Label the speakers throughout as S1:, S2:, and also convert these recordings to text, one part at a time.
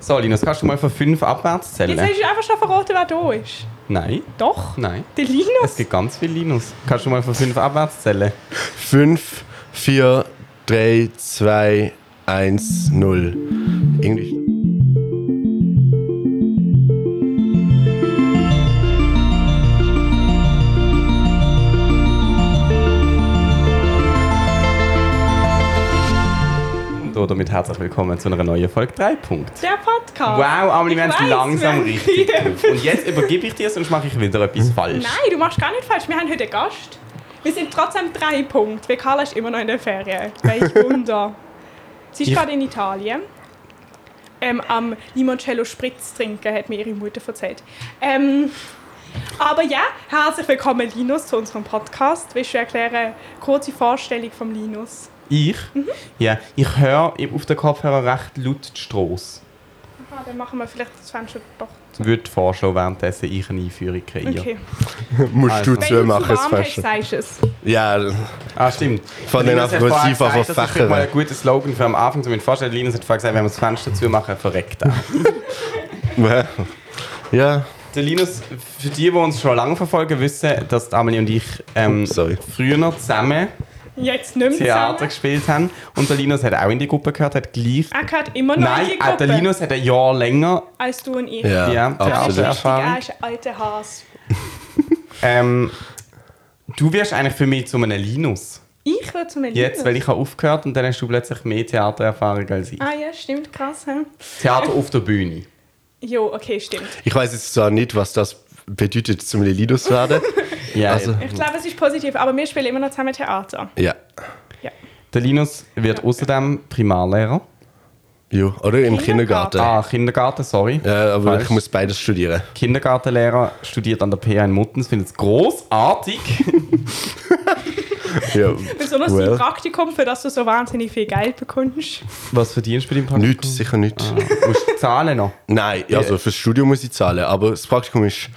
S1: So, Linus, kannst du mal von 5 abwärts
S2: Jetzt
S1: zählen?
S2: hast du einfach schon verraten, wer da ist.
S1: Nein,
S2: Doch,
S1: nein.
S2: der
S1: Es
S2: Linus.
S1: gibt ganz viel Linus. Kannst du mal von 5 abwärts zählen?
S3: 5, 4, 3, 2, 1, 0. Englisch.
S1: Und damit herzlich willkommen zu einer neuen Folge 3 Punkt.
S2: Der Podcast.
S1: Wow, Amelie,
S2: Ah, Ich
S1: wir haben es
S2: weiss,
S1: langsam
S2: wir-
S1: richtig drauf. Und jetzt übergebe ich dir, sonst mache ich wieder etwas falsch.
S2: Nein, du machst gar nicht falsch. Wir haben heute einen Gast. Wir sind trotzdem drei Punkte, weil Carla ist immer noch in der Ferien. Welch Wunder. Sie ist
S1: Ich-
S2: gerade in Italien. Ähm, am Limoncello Spritz trinken, hat mir ihre Mutter erzählt. Ähm, aber ja, herzlich willkommen, Linus, zu unserem Podcast. Willst du erklären, kurze Vorstellung vom Linus?
S1: Ich?
S2: Mhm.
S1: Ja, ich höre auf den Kopfhörer recht laut die Strasse.
S2: Ah, dann machen wir vielleicht das Fenster doch zu.
S1: Würde vorschlagen, währenddessen ich eine Einführung kreiere.
S2: Okay.
S3: Musst
S1: Also.
S3: du
S2: Wenn
S3: zu
S2: du
S3: machen,
S2: zu
S3: das
S2: warm hast,
S3: Fenster.
S2: sagst du es.
S3: Ja,
S1: Ah, stimmt.
S3: Von den
S1: Linus hat vorher
S3: aggressiv
S1: gesagt, Das ist
S3: verfachen.
S1: vielleicht mal ein guter Slogan für am Anfang, um ihn vorstellen. Linus hat vorher gesagt, wenn wir das Fenster zumachen, verreckt er.
S3: ja.
S1: Der Linus, für die, die uns schon lange verfolgen, wissen, dass die Amelie und ich ähm,
S3: Sorry.
S1: früher noch zusammen
S2: Jetzt nicht mehr
S1: Theater
S2: zusammen.
S1: gespielt haben. Und der Linus hat auch in die Gruppe gehört, hat gleich...
S2: Er gehört immer noch in
S1: Nein,
S2: die
S1: äh, der
S2: Gruppe,
S1: Linus hat ein Jahr länger
S2: als du und ich.
S3: Ja,
S1: Ja,
S3: absolut.
S1: Theater.
S2: Richtig,
S1: Erfahrung.
S2: er ist ein alter Hase.
S1: Ähm, du wirst eigentlich für mich zu einem Linus.
S2: Ich will zu Melina.
S1: Jetzt, weil ich habe aufgehört und dann hast du plötzlich mehr Theatererfahrung als ich.
S2: Ah ja, stimmt, krass. He?
S1: Theater auf der Bühne.
S2: Jo, okay, stimmt.
S3: Ich weiß jetzt zwar nicht, was das bedeutet, zum Linus werden.
S1: Ja,
S3: Also,
S2: Ich glaube, es ist positiv, aber wir spielen immer noch zusammen Theater.
S3: ja.
S2: Ja.
S1: Der Linus wird außerdem Primarlehrer.
S3: Jo. Oder im
S2: Kindergarten.
S3: Kindergarten.
S1: Ah, Kindergarten, sorry.
S3: Ja, aber
S1: Falsch.
S3: ich muss beides studieren.
S1: Kindergartenlehrer, studiert an der PA in Muttens, findet es großartig.
S3: Ja.
S2: Besonders
S3: Well.
S2: im Praktikum, für das du so wahnsinnig viel Geld bekommst.
S1: Was verdienst du bei dem Praktikum?
S3: Nicht, sicher nicht.
S1: Musst du zahlen noch?
S3: Nein, also fürs Studium muss ich zahlen, aber das Praktikum ist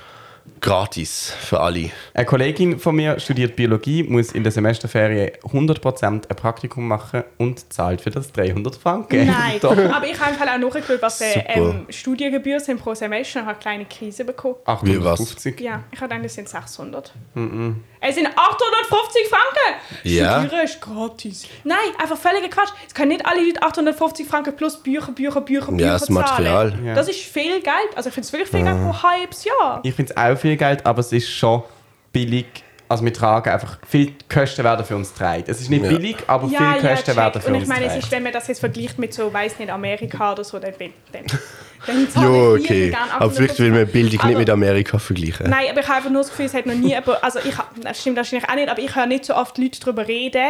S3: gratis für alle.
S1: Eine Kollegin von mir studiert Biologie, muss in der Semesterferien 100% ein Praktikum machen und zahlt für das 300 Franken.
S2: Nein.
S1: Doch.
S2: aber ich habe im Fall auch nachgeschaut, was äh,
S3: Super.
S2: ähm, Studiengebühren sind pro Semester und habe eine kleine Krise bekommen.
S1: Ah. 850.
S2: Ja, ich habe gedacht, es sind 600.
S1: Mhm.
S2: Es sind 850 Franken!
S3: Ja.
S2: Studieren ist gratis. Nein, einfach völliger Quatsch. Es können nicht alle Leute 850 Franken plus Bücher, Bücher, Bücher, Bücher
S3: Ja, das Material. Mhm.
S2: zahlen.
S1: Ja.
S2: Das ist viel Geld. Also ich finde es wirklich viel Geld pro halbes Jahr.
S1: Ich finde es auch viel Geld, aber es ist schon billig. Also wir tragen einfach, viele Kosten werden für uns getragen. Es ist nicht
S3: Ja.
S1: billig, aber
S2: Ja,
S1: viele
S2: ja,
S1: Kosten werden
S2: check.
S1: für
S2: Und
S1: uns
S2: ich meine, es
S1: getragen.
S2: ist, wenn man das jetzt vergleicht mit so, weiß nicht, Amerika oder so, dann bin dann, dann zahle
S3: Jo,
S2: ich lieben
S3: okay.
S2: gern
S3: Aber vielleicht will man Bildung
S2: Aber-
S3: nicht mit Amerika vergleichen.
S2: Nein, aber ich habe einfach nur das Gefühl, es hat noch nie jemand, also ich, hab- das stimmt wahrscheinlich auch nicht, aber ich höre nicht so oft Leute darüber reden,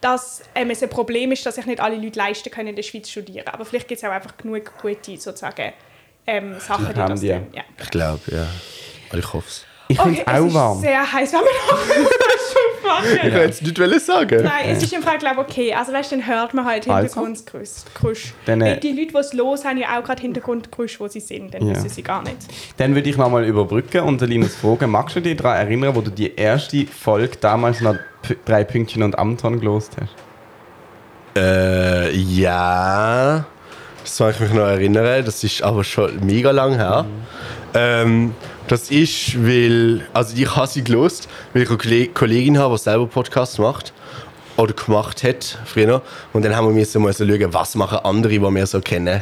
S2: dass ähm, es ein Problem ist, dass sich nicht alle Leute leisten können, in der Schweiz zu studieren. Aber vielleicht gibt es auch einfach genug gute, sozusagen, ähm, Sachen, die
S1: Haben
S2: das
S1: die.
S2: tun. Ja.
S3: Ich glaube, ja. Aber ich hoffe es.
S1: Ich finde es
S2: Oh, es
S1: auch
S2: ist
S1: warm.
S2: sehr heiß, wenn man auf den Schuh
S3: Ich
S2: machen.
S3: wollte es nicht sagen.
S2: Nein, es ist im Fall, glaube ich, okay. Also, weißt du, dann hört man halt
S1: Also?
S2: Hintergrundgeräusche. Geräusche.
S1: Dann, äh,
S2: Weil die Leute, die es los haben, ja auch gerade Hintergrundgeräusche, wo sie sind. Dann
S1: Ja.
S2: wissen sie gar nicht.
S1: Dann würde ich nochmal überbrücken und den Linus fragen, magst du dich daran erinnern, wo du die erste Folge damals noch P- drei Pünktchen und Amton gelost hast?
S3: Äh, ja. Das kann ich mich noch erinnern. Das ist aber schon mega lang her. Ähm, das ist, weil. Also, ich habe sie gelost, weil ich eine Kolle- Kollegin habe, die selber Podcasts macht. Oder gemacht hat, früher. Und dann haben wir müssen mal so schauen, was machen andere, die wir so kennen.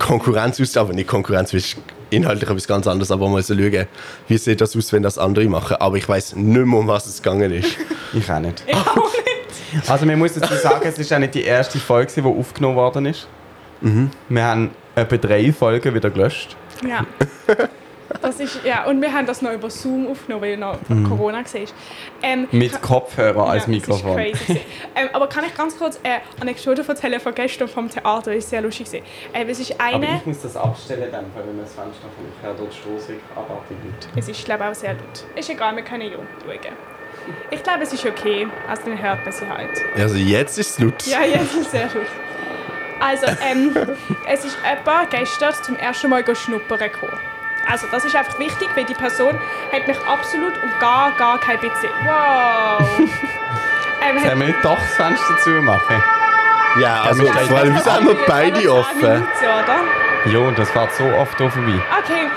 S3: Konkurrenz aus, aber nicht Konkurrenz, weil es ist inhaltlich etwas ganz anderes, aber mal so schauen, wie sieht das aus, wenn das andere machen. Aber ich weiß nicht mehr, um was es gegangen ist.
S1: Ich auch nicht. Ich auch nicht. Also wir müssen dazu sagen, es ist auch nicht die erste Folge, gewesen, die aufgenommen worden ist. Wir haben etwa drei Folgen wieder gelöscht.
S2: Ja. Das ist, ja, und wir haben das noch über Zoom aufgenommen, weil noch Corona war. Ähm,
S1: Mhm. Mit
S2: kann-
S1: Kopfhörer als
S2: Ja,
S1: Mikrofon.
S2: Das ist crazy. gewesen. ähm, aber kann ich ganz kurz äh, eine Anekdote erzählen von gestern vom Theater? Das war sehr lustig. gewesen. Ähm, es ist eine...
S1: Aber ich muss das abstellen, dann, weil wenn wir das Fenster von ich höre dort Stoßig abartig nicht.
S2: Es ist, glaube ich, auch sehr laut. Ist egal, wir können ja umschauen. Ich glaube, es ist okay. Also dann hört man sie halt.
S3: Also, jetzt ist es Lutz.
S2: Ja, ja, es ist sehr gut. Also, ähm, es ist jemand gestern zum ersten Mal schnuppern gekommen. Also, das ist einfach wichtig, weil die Person hat mich absolut und gar, gar kein bisschen. Wow! ähm, hat-
S1: Sollen wir nicht doch das Fenster zumachen?
S3: Ja, also
S1: Ja,
S3: vor allem
S2: Das
S3: sind wir
S2: hat-
S3: beide
S2: das hat
S3: offen.
S2: Minuten, oder?
S1: Jo, das fährt so oft hier vorbei.
S2: Okay,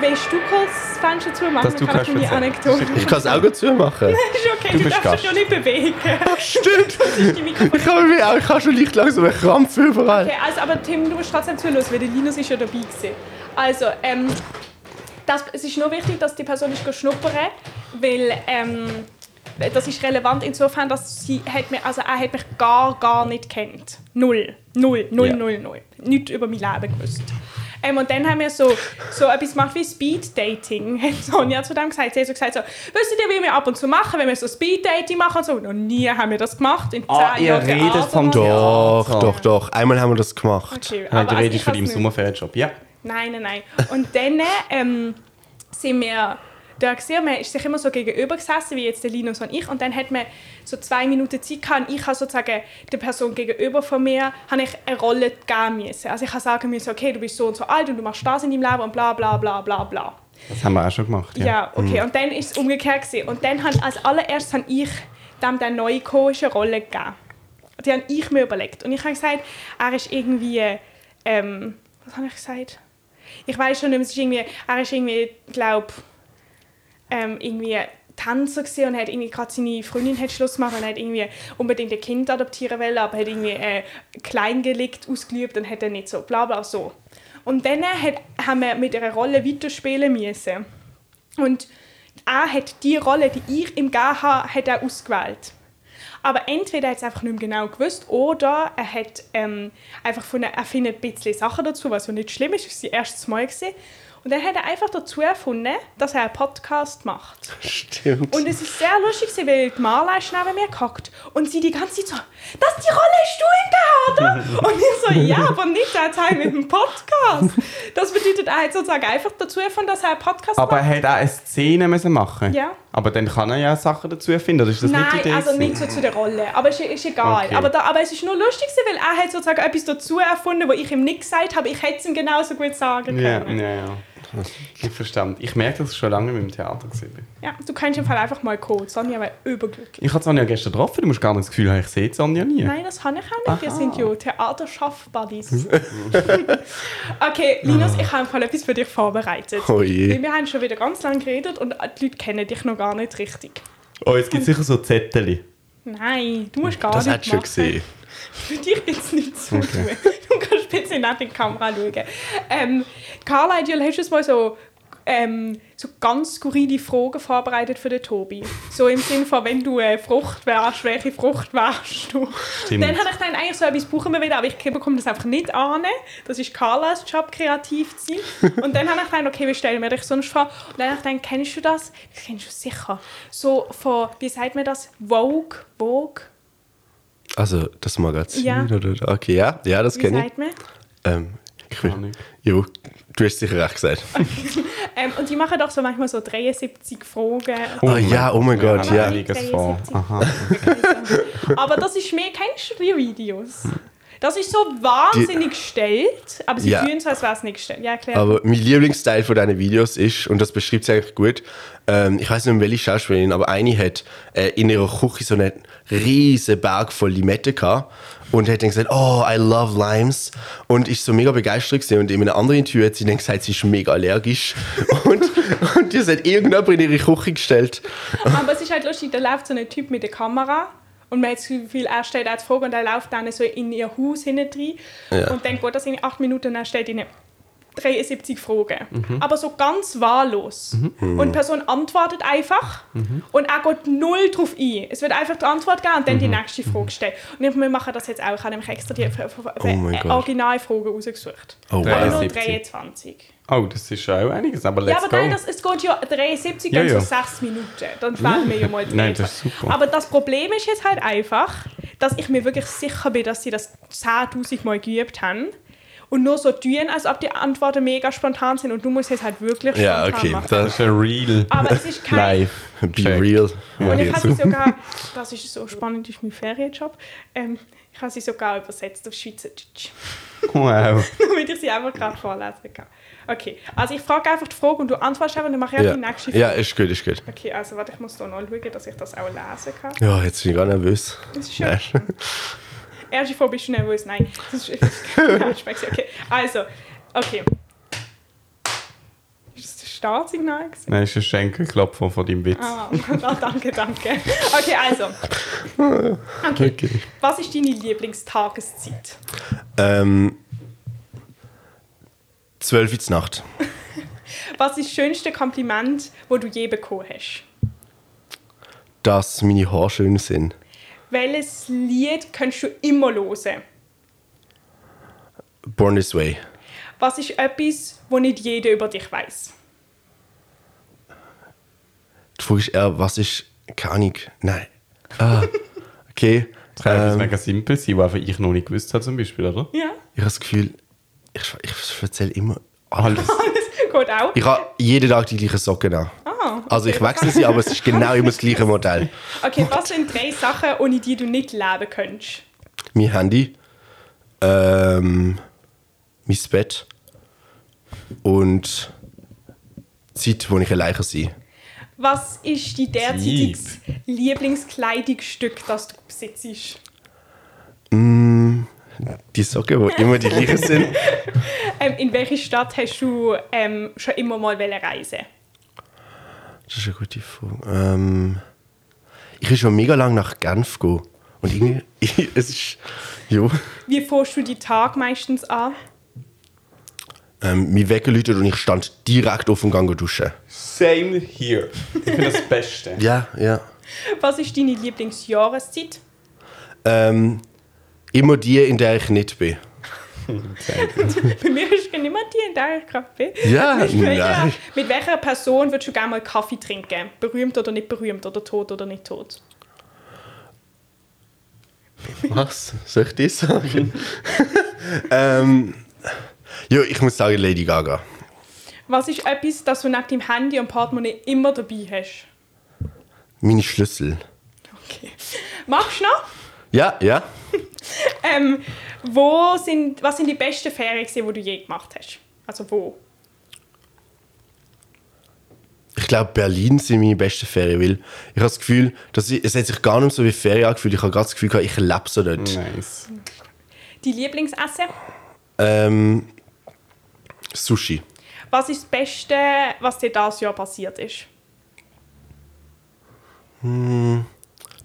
S2: willst du kurz das Fenster zumachen?
S1: Dass du
S2: Dann kann
S1: kannst
S2: ich meine
S1: erzählen.
S2: Anekdote.
S3: Ich kann es auch gut zumachen.
S2: Ist okay,
S1: Du
S2: du,
S1: bist
S2: darfst
S1: Gast.
S2: dich schon nicht bewegen.
S3: Stimmt!
S2: Die Mikrofon-
S3: Ich habe mich auch, ich habe schon leicht langsam einen Krampf überall.
S2: Okay, also, aber Tim, du musst trotzdem zuhören, weil der Linus ist ja dabei gewesen. Also, ähm, das, es ist nur wichtig, dass die Person ist schnuppern, weil ähm, das ist relevant insofern, dass sie hat mich, also er hat mich gar, gar nicht kennt. Null. Null, null,
S1: Ja.
S2: null, null. Nichts über mein Leben gewusst. Ähm, und dann haben wir so, so etwas gemacht wie Speed-Dating, hat Sonja zu dem gesagt. Sie hat so gesagt, so, wisst ihr, wie wir ab und zu machen, wenn wir so Speed-Dating machen und so. Noch nie haben wir das gemacht. In
S1: Ah,
S2: zehn
S1: ihr
S2: Jahren Also,
S1: redet
S2: Theater
S1: vom
S2: machen.
S1: Dorf.
S3: Doch,
S1: Ja.
S3: doch, doch. Einmal haben wir das gemacht.
S2: Okay,
S1: Nein,
S2: aber
S1: du
S2: also
S1: redest
S2: ich
S1: von deinem
S2: hab's nicht-
S1: Sommerferienjob. Ja.
S2: Nein, nein, nein. Und dann ähm, sind wir da gesehen, man ist sich immer so gegenüber gesessen, wie jetzt der Linus und ich. Und dann hat man so zwei Minuten Zeit gehabt. Und ich habe sozusagen der Person gegenüber von mir habe ich eine Rolle geben müssen. Also ich habe sagen müssen, okay, du bist so und so alt und du machst das in deinem Leben und bla bla bla bla bla.
S1: Das haben wir auch schon gemacht.
S2: Ja, okay. Und dann ist es umgekehrt gewesen. Und dann han als allererstes han ich dem der neue eine Rolle gegeben. Die han ich mir überlegt. Und ich habe gesagt, er ist irgendwie, ähm, was habe ich gesagt? Ich weiß schon nicht, mehr, es ist irgendwie, er ist irgendwie, glaube ähm, irgendwie Tänzer gewesen und hat irgendwie gerade seine Freundin hat Schluss gemacht und hat irgendwie unbedingt ein Kind adoptieren wollen, aber hat irgendwie äh, klein gelegt, ausgeübt und hat dann nicht so, bla bla so. Und dann hat, haben wir mit ihrer Rolle weiterspielen müssen. Und er hat die Rolle, die ich ihm gegeben habe, hat er ausgewählt. Aber entweder hat er es einfach nicht mehr genau gewusst oder er hat ähm, einfach von er findet ein bisschen Sachen dazu, was ja nicht schlimm ist. Es war sein erstes Mal. Gewesen. Und dann hat er einfach dazu erfunden, dass er einen Podcast macht.
S3: Stimmt.
S2: Und es ist sehr lustig, gewesen, weil die Marla ist neben mir gehockt und sie die ganze Zeit so, das die Rolle hast du im Theater? Und ich so, ja, aber nicht der Teil mit dem Podcast. Das bedeutet, er hat sozusagen einfach dazu erfunden, dass er einen Podcast
S1: Aber
S2: macht.
S1: er hätte auch eine Szene müssen machen
S2: Ja.
S1: Aber dann kann er ja Sachen dazu erfinden. Oder ist das nicht die
S2: Nein,
S1: Idee?
S2: also nicht
S1: gewesen?
S2: so zu der Rolle. Aber ist, ist egal.
S1: Okay.
S2: Aber, da, aber es ist nur lustig, gewesen, weil er hat sozusagen etwas dazu erfunden, was ich ihm nicht gesagt habe. Ich hätte es ihm genauso gut sagen
S1: Ja,
S2: können.
S1: ja, ja. Ich verstand. Ich merke, dass ich schon lange mit dem Theater war.
S2: Ja, du kannst im Fall einfach mal kommen. Sonja war überglücklich.
S1: Ich habe Sonja gestern getroffen, du musst gar nicht das Gefühl haben, ich sehe Sonja nie.
S2: Nein, das kann ich auch nicht. Wir
S1: Aha.
S2: sind ja Theaterschaff-Buddies. okay, Linus, ich habe im Fall etwas für dich vorbereitet.
S3: Oh je.
S2: Weil wir haben schon wieder ganz lange geredet und die Leute kennen dich noch gar nicht richtig.
S1: Oh, jetzt gibt es sicher so Zettel.
S2: Nein, du musst gar
S3: Das
S2: nicht
S3: hättest du schon
S2: machen.
S3: gesehen.
S2: Für dich gibt es nichts zu tun. Du kannst ein bisschen nach die Kamera schauen. Ähm, Carla, du hast uns mal so, ähm, so ganz skurrile Fragen vorbereitet für den Tobi. So im Sinne von, wenn du eine Frucht wärst, welche Frucht wärst du?
S1: Stimmt.
S2: Dann habe ich dann eigentlich so etwas brauchen wir wieder, aber ich bekomme das einfach nicht an. Das ist Carlas Job, kreativ zu sein. Und dann habe ich gedacht, okay, wir stellen mir dich sonst vor. Und dann habe ich gedacht, kennst du das? Das kennst du sicher. So von, wie sagt man das? Vogue? Vogue?
S3: Also, das Magazin.
S2: Ja.
S3: oder- Okay, Oh, ja, ja das
S2: Wie
S3: kenne ich.
S2: sagt man?
S3: Ähm, ich
S1: Gar
S3: will.
S1: nicht.
S3: Jo, du hast sicher recht gesagt.
S2: Ähm, und die machen doch so manchmal so 73 Fragen.
S3: Ah, ja, oh mein Gott,
S1: Wir haben
S3: ja.
S1: einiges vor. Aha.
S2: Aber das ist mehr, kennst du die Videos? Das ist so wahnsinnig gestellt, aber sie
S3: Ja. Oh,
S2: tun so, als wäre es nicht gestellt. Ja, klar.
S3: Aber mein Lieblingsteil von diesen Videos ist, und das beschreibt es eigentlich gut, ähm, ich weiß nicht, mehr, welche Schauspielerin, aber eine hat äh, in ihrer Küche so einen riesen Berg voll Limetten gehabt und hat dann gesagt, oh, I love limes. Und ich so mega begeistert gewesen. und in einer anderen Tür hat sie dann gesagt, sie ist mega allergisch. und, und das hat irgendjemand in ihre Küche gestellt.
S2: aber es ist halt lustig, da läuft so ein Typ mit der Kamera und man hat das Gefühl, er stellt als Frage und er läuft dann so in ihr Haus hinten rein
S3: Ja.
S2: und dann geht das in 8 Minuten und er stellt ihnen 73 Fragen.
S3: Mhm.
S2: Aber so ganz wahllos. Und die Person antwortet einfach
S3: Mhm.
S2: und er geht null drauf ein. Es wird einfach die Antwort geben und dann die
S3: Mhm.
S2: nächste Frage stellen. Und ich- wir machen das jetzt auch. Ich habe nämlich extra die für, für, für
S3: Oh mein Gott.
S2: Originalfragen rausgesucht.
S3: Oh,
S2: Aber
S1: wow.
S2: nur
S1: 73.
S2: 23.
S1: Oh, das ist schon auch einiges, aber
S2: Ja,
S1: let's
S2: aber
S1: go.
S2: nein, das, es geht ja 73
S1: Ja,
S2: und
S1: ja.
S2: so 6 Minuten. Dann fehlen mir ja mal die
S1: Nein,
S2: Hälfte.
S1: das ist super.
S2: Aber das Problem ist jetzt halt einfach, dass ich mir wirklich sicher bin, dass sie das 10.000 Mal geübt haben. Und nur so tun, als ob die Antworten mega spontan sind und du musst jetzt halt wirklich
S3: Ja,
S2: spontan
S3: okay.
S2: machen.
S3: Das,
S1: Das ist ein Real.
S2: Aber es ist kein...
S1: Live.
S3: be
S1: Check.
S3: real.
S2: Und ich
S3: Ja.
S2: habe sie sogar... Das ist so spannend, das ist mein Ferienjob. Ähm, ich habe sie sogar übersetzt auf Schweizerdeutsch.
S1: Wow.
S2: damit ich sie einfach gerade vorlesen kann. Okay, also ich frage einfach die Frage und du antwortest einfach und dann mache ich auch
S3: Ja.
S2: die nächste Frage.
S3: ja, ist gut, ist gut.
S2: Okay, also warte, ich muss da noch schauen, dass ich das auch lesen kann.
S3: Ja, jetzt bin ich gar nervös.
S2: Das ist
S3: Nein.
S2: schön. Erste Frage bist du nervös? Nein. Das ist, Nein, Spaß, okay. Also, Okay. Ist das das Startsignal? gewesen?
S1: Nein, ist ein Schenkelklopfer von deinem Witz.
S2: Ah, ah, danke, danke. Okay, also. Okay.
S3: Okay.
S2: Was ist deine Lieblingstageszeit?
S3: Ähm, 12 Uhr zur Nacht.
S2: Was ist das schönste Kompliment, wo du je bekommen hast?
S3: Dass meine Haare schön sind.
S2: Welches Lied kannst du immer hören?
S3: Born This Way.
S2: Was ist etwas, wo nicht jeder über dich weiß?
S3: Die Frage ist eher, was ist. Keine Ahnung. Nein. Ah, okay.
S1: Das kann etwas
S3: Ähm,
S1: mega simpel sein, was einfach ich noch nicht gewusst habe, zum Beispiel, oder?
S2: Ja.
S3: ich habe das Gefühl, ich, ich erzähle immer
S1: Alles.
S2: Gut auch.
S3: Ich habe jeden Tag die gleichen Socken an.
S2: Ah,
S3: Also ich wechsle sie, aber es ist genau immer das gleiche Modell.
S2: Okay, was sind drei Sachen, ohne die du nicht leben könntest?
S3: Mein Handy, ähm, mein Bett und die Zeit, wo ich alleine sein
S2: Was ist dein derzeitiges Lieblingskleidungsstück, das du besitzt?
S3: Mm, Die Socken, die immer die gleichen sind.
S2: Ähm, in welche Stadt hast du ähm, schon immer mal wollen reisen?
S3: Das ist eine gute Frage. Ähm, ich will schon mega lange nach Genf gehen. Und irgendwie, es ist, jo.
S2: Wie fährst du die Tag meistens an?
S3: Ähm, mich weggeläutet und ich stand direkt auf dem Gang duschen.
S1: Same here. Ich finde das Beste.
S3: Ja, ja.
S2: Was ist deine Lieblingsjahreszeit?
S3: Ähm, immer die, in der ich nicht bin.
S2: Bei mir ist gar niemand die, in der ich gerade bin.
S3: Ja,
S2: mit, welcher,
S3: nein.
S2: mit welcher Person würdest du gerne mal Kaffee trinken? Berühmt oder nicht berühmt oder tot oder nicht tot?
S3: Was? Soll ich das sagen? ähm, ja, ich muss sagen Lady Gaga.
S2: Was ist etwas, das du neben deinem Handy und Portemonnaie immer dabei hast?
S3: Meine Schlüssel.
S2: Okay. Machst du noch?
S3: Ja, ja.
S2: Ähm, wo sind, was sind die besten Ferien, gewesen, die du je gemacht hast? Also wo?
S3: Ich glaube, Berlin sind meine besten Ferien, weil ich habe das Gefühl, dass ich, es hat sich gar nicht so wie Ferien angefühlt. Ich habe gerade das Gefühl, gehabt, ich lebe so dort.
S1: Nice.
S2: Die Lieblingsessen?
S3: Ähm, Sushi.
S2: Was ist das Beste, was dir das Jahr passiert ist?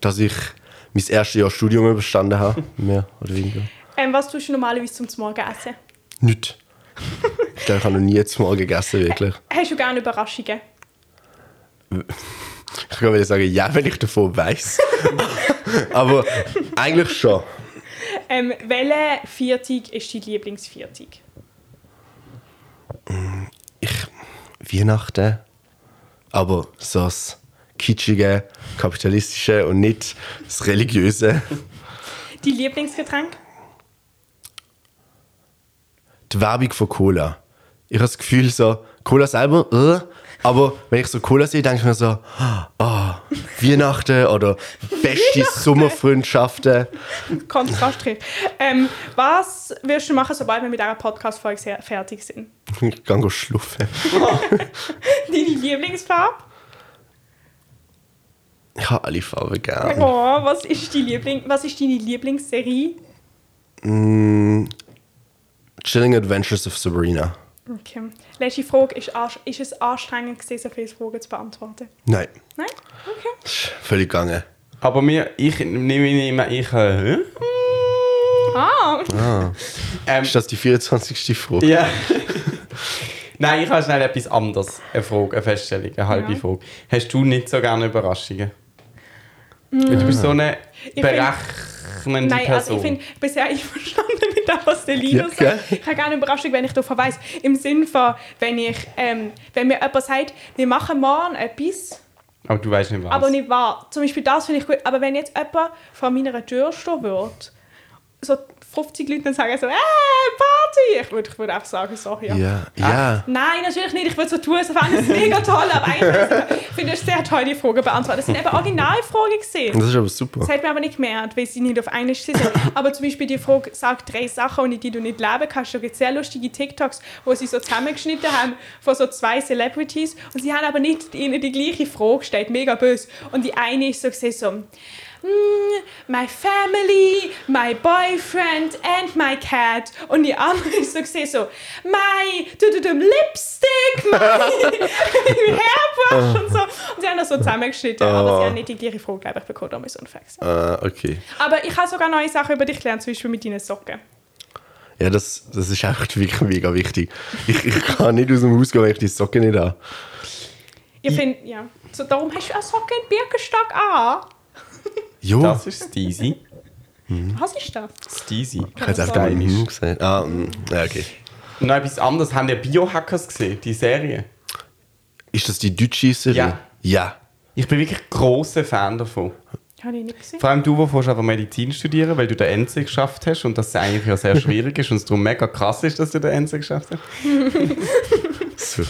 S3: Dass ich mein erstes Jahr Studium überstanden habe. Mehr oder weniger.
S2: Ähm, was tust du normalerweise zum Morgen essen?
S3: Nicht. Ich glaube, ich habe noch nie zu Morgen gegessen, wirklich.
S2: Hast du gerne Überraschungen?
S3: Ich kann wieder sagen, ja, wenn ich davon weiß. Aber eigentlich schon.
S2: Ähm, welche Viertig ist dein Lieblingsviertig?
S3: Weihnachten, aber so das kitschige, kapitalistische und nicht das religiöse.
S2: Dein Lieblingsgetränk?
S3: Die Werbung von Cola. Ich habe das Gefühl, so, Cola selber, äh, aber wenn ich so Cola sehe, denke ich mir so, ah, Weihnachten oder beste Sommerfreundschaften.
S2: Kontraststrich. ähm, was wirst du machen, sobald wir mit dieser Podcast-Folge sehr- fertig sind?
S3: Ich kann go schluffen.
S2: Deine Lieblingsfarbe?
S3: Ich habe alle
S2: Oh,
S3: Farben gern.
S2: was ist, die Liebling was ist deine Lieblingsserie?
S3: Chilling Adventures of Sabrina.
S2: Okay. Letzte Frage. Ist, arsch- ist es anstrengend gewesen, so viele Fragen zu beantworten?
S3: Nein,
S2: Nein? Okay.
S3: ist völlig gegangen.
S1: Aber mir, ich nehme immer, ich. Äh,
S2: Ah,
S1: ähm,
S3: Ist das die 24. Frage?
S1: ja. Nein, ich habe schnell etwas anderes. Eine Frage, eine Feststellung, eine halbe
S2: Ja.
S1: Frage. Hast du nicht so gerne Überraschungen? Weil du bist so eine
S2: Mm. find-
S1: berechnende
S2: nein,
S1: Person.
S2: also ich finde, bisher ich verstanden mit dem, was der Lino
S3: Ja, gell?
S2: sagt. Ich habe gerne Überraschung, wenn ich davon weiss. Im Sinn von, wenn, ich, ähm, wenn mir jemand sagt, wir machen morgen etwas,
S1: aber du weißt nicht was.
S2: aber nicht wahr. Zum Beispiel das finde ich gut. Aber wenn jetzt jemand vor meiner Tür stehen würde, so 50 Leute dann sagen so, äh, Party! Ich würde ich würde einfach sagen, sorry.
S3: Ja, ja. ja.
S2: Nein, natürlich nicht. Ich würde so tun, als fände ich es mega toll. Aber eigentlich finde ich- ich finde es sehr toll, die Fragen beantwortet. Das sind eben Originalfragen gesehen.
S3: Das ist aber super.
S2: Das hat man aber nicht gemerkt, weil sie nicht auf Englisch sind. Aber zum Beispiel die Frage, sag drei Sachen, ohne die du nicht leben kannst. Da gibt es sehr lustige TikToks, wo sie so zusammengeschnitten haben von so zwei Celebrities und sie haben aber nicht ihnen die gleiche Frage gestellt, mega böse. Und die eine ist so gesehen so, my family, my boyfriend and my cat. Und die andere ist so gesehen so, my du, du, du, Lipstick, my Hairwash und so. Und sie haben das so zusammengeschnitten, aber sie haben nicht die gleiche Frage, glaube ich, bekommen damals und Fax.
S3: Ah, okay.
S2: Aber ich habe sogar neue Sachen über dich gelernt, zum Beispiel mit deinen Socken.
S3: Ja, das, das ist echt wirklich mega wichtig. Ich, ich kann nicht aus dem Haus gehen, wenn ich die Socken nicht habe.
S2: Ich finde, ja. So, darum hast du auch Socken in Birkenstock an.
S3: Jo,
S1: Das ist Steezy.
S2: Was ist das?
S1: Steezy.
S3: ich hätte echt
S2: das
S3: mal
S1: ist-
S3: «hm» gesagt. Ah, mm, ja, okay.
S1: Noch etwas anderes. Haben ihr Biohackers gesehen, die Serie?
S3: Ist das die deutsche Serie?
S1: Ja.
S3: Ja.
S1: Ich bin wirklich großer Fan davon.
S2: Habe ich nicht gesehen.
S1: Vor allem du, der vorhast aber Medizin studieren, weil du den NC geschafft hast und dass es eigentlich ja sehr schwierig ist und es darum mega krass ist, dass du den NC geschafft hast.
S3: So.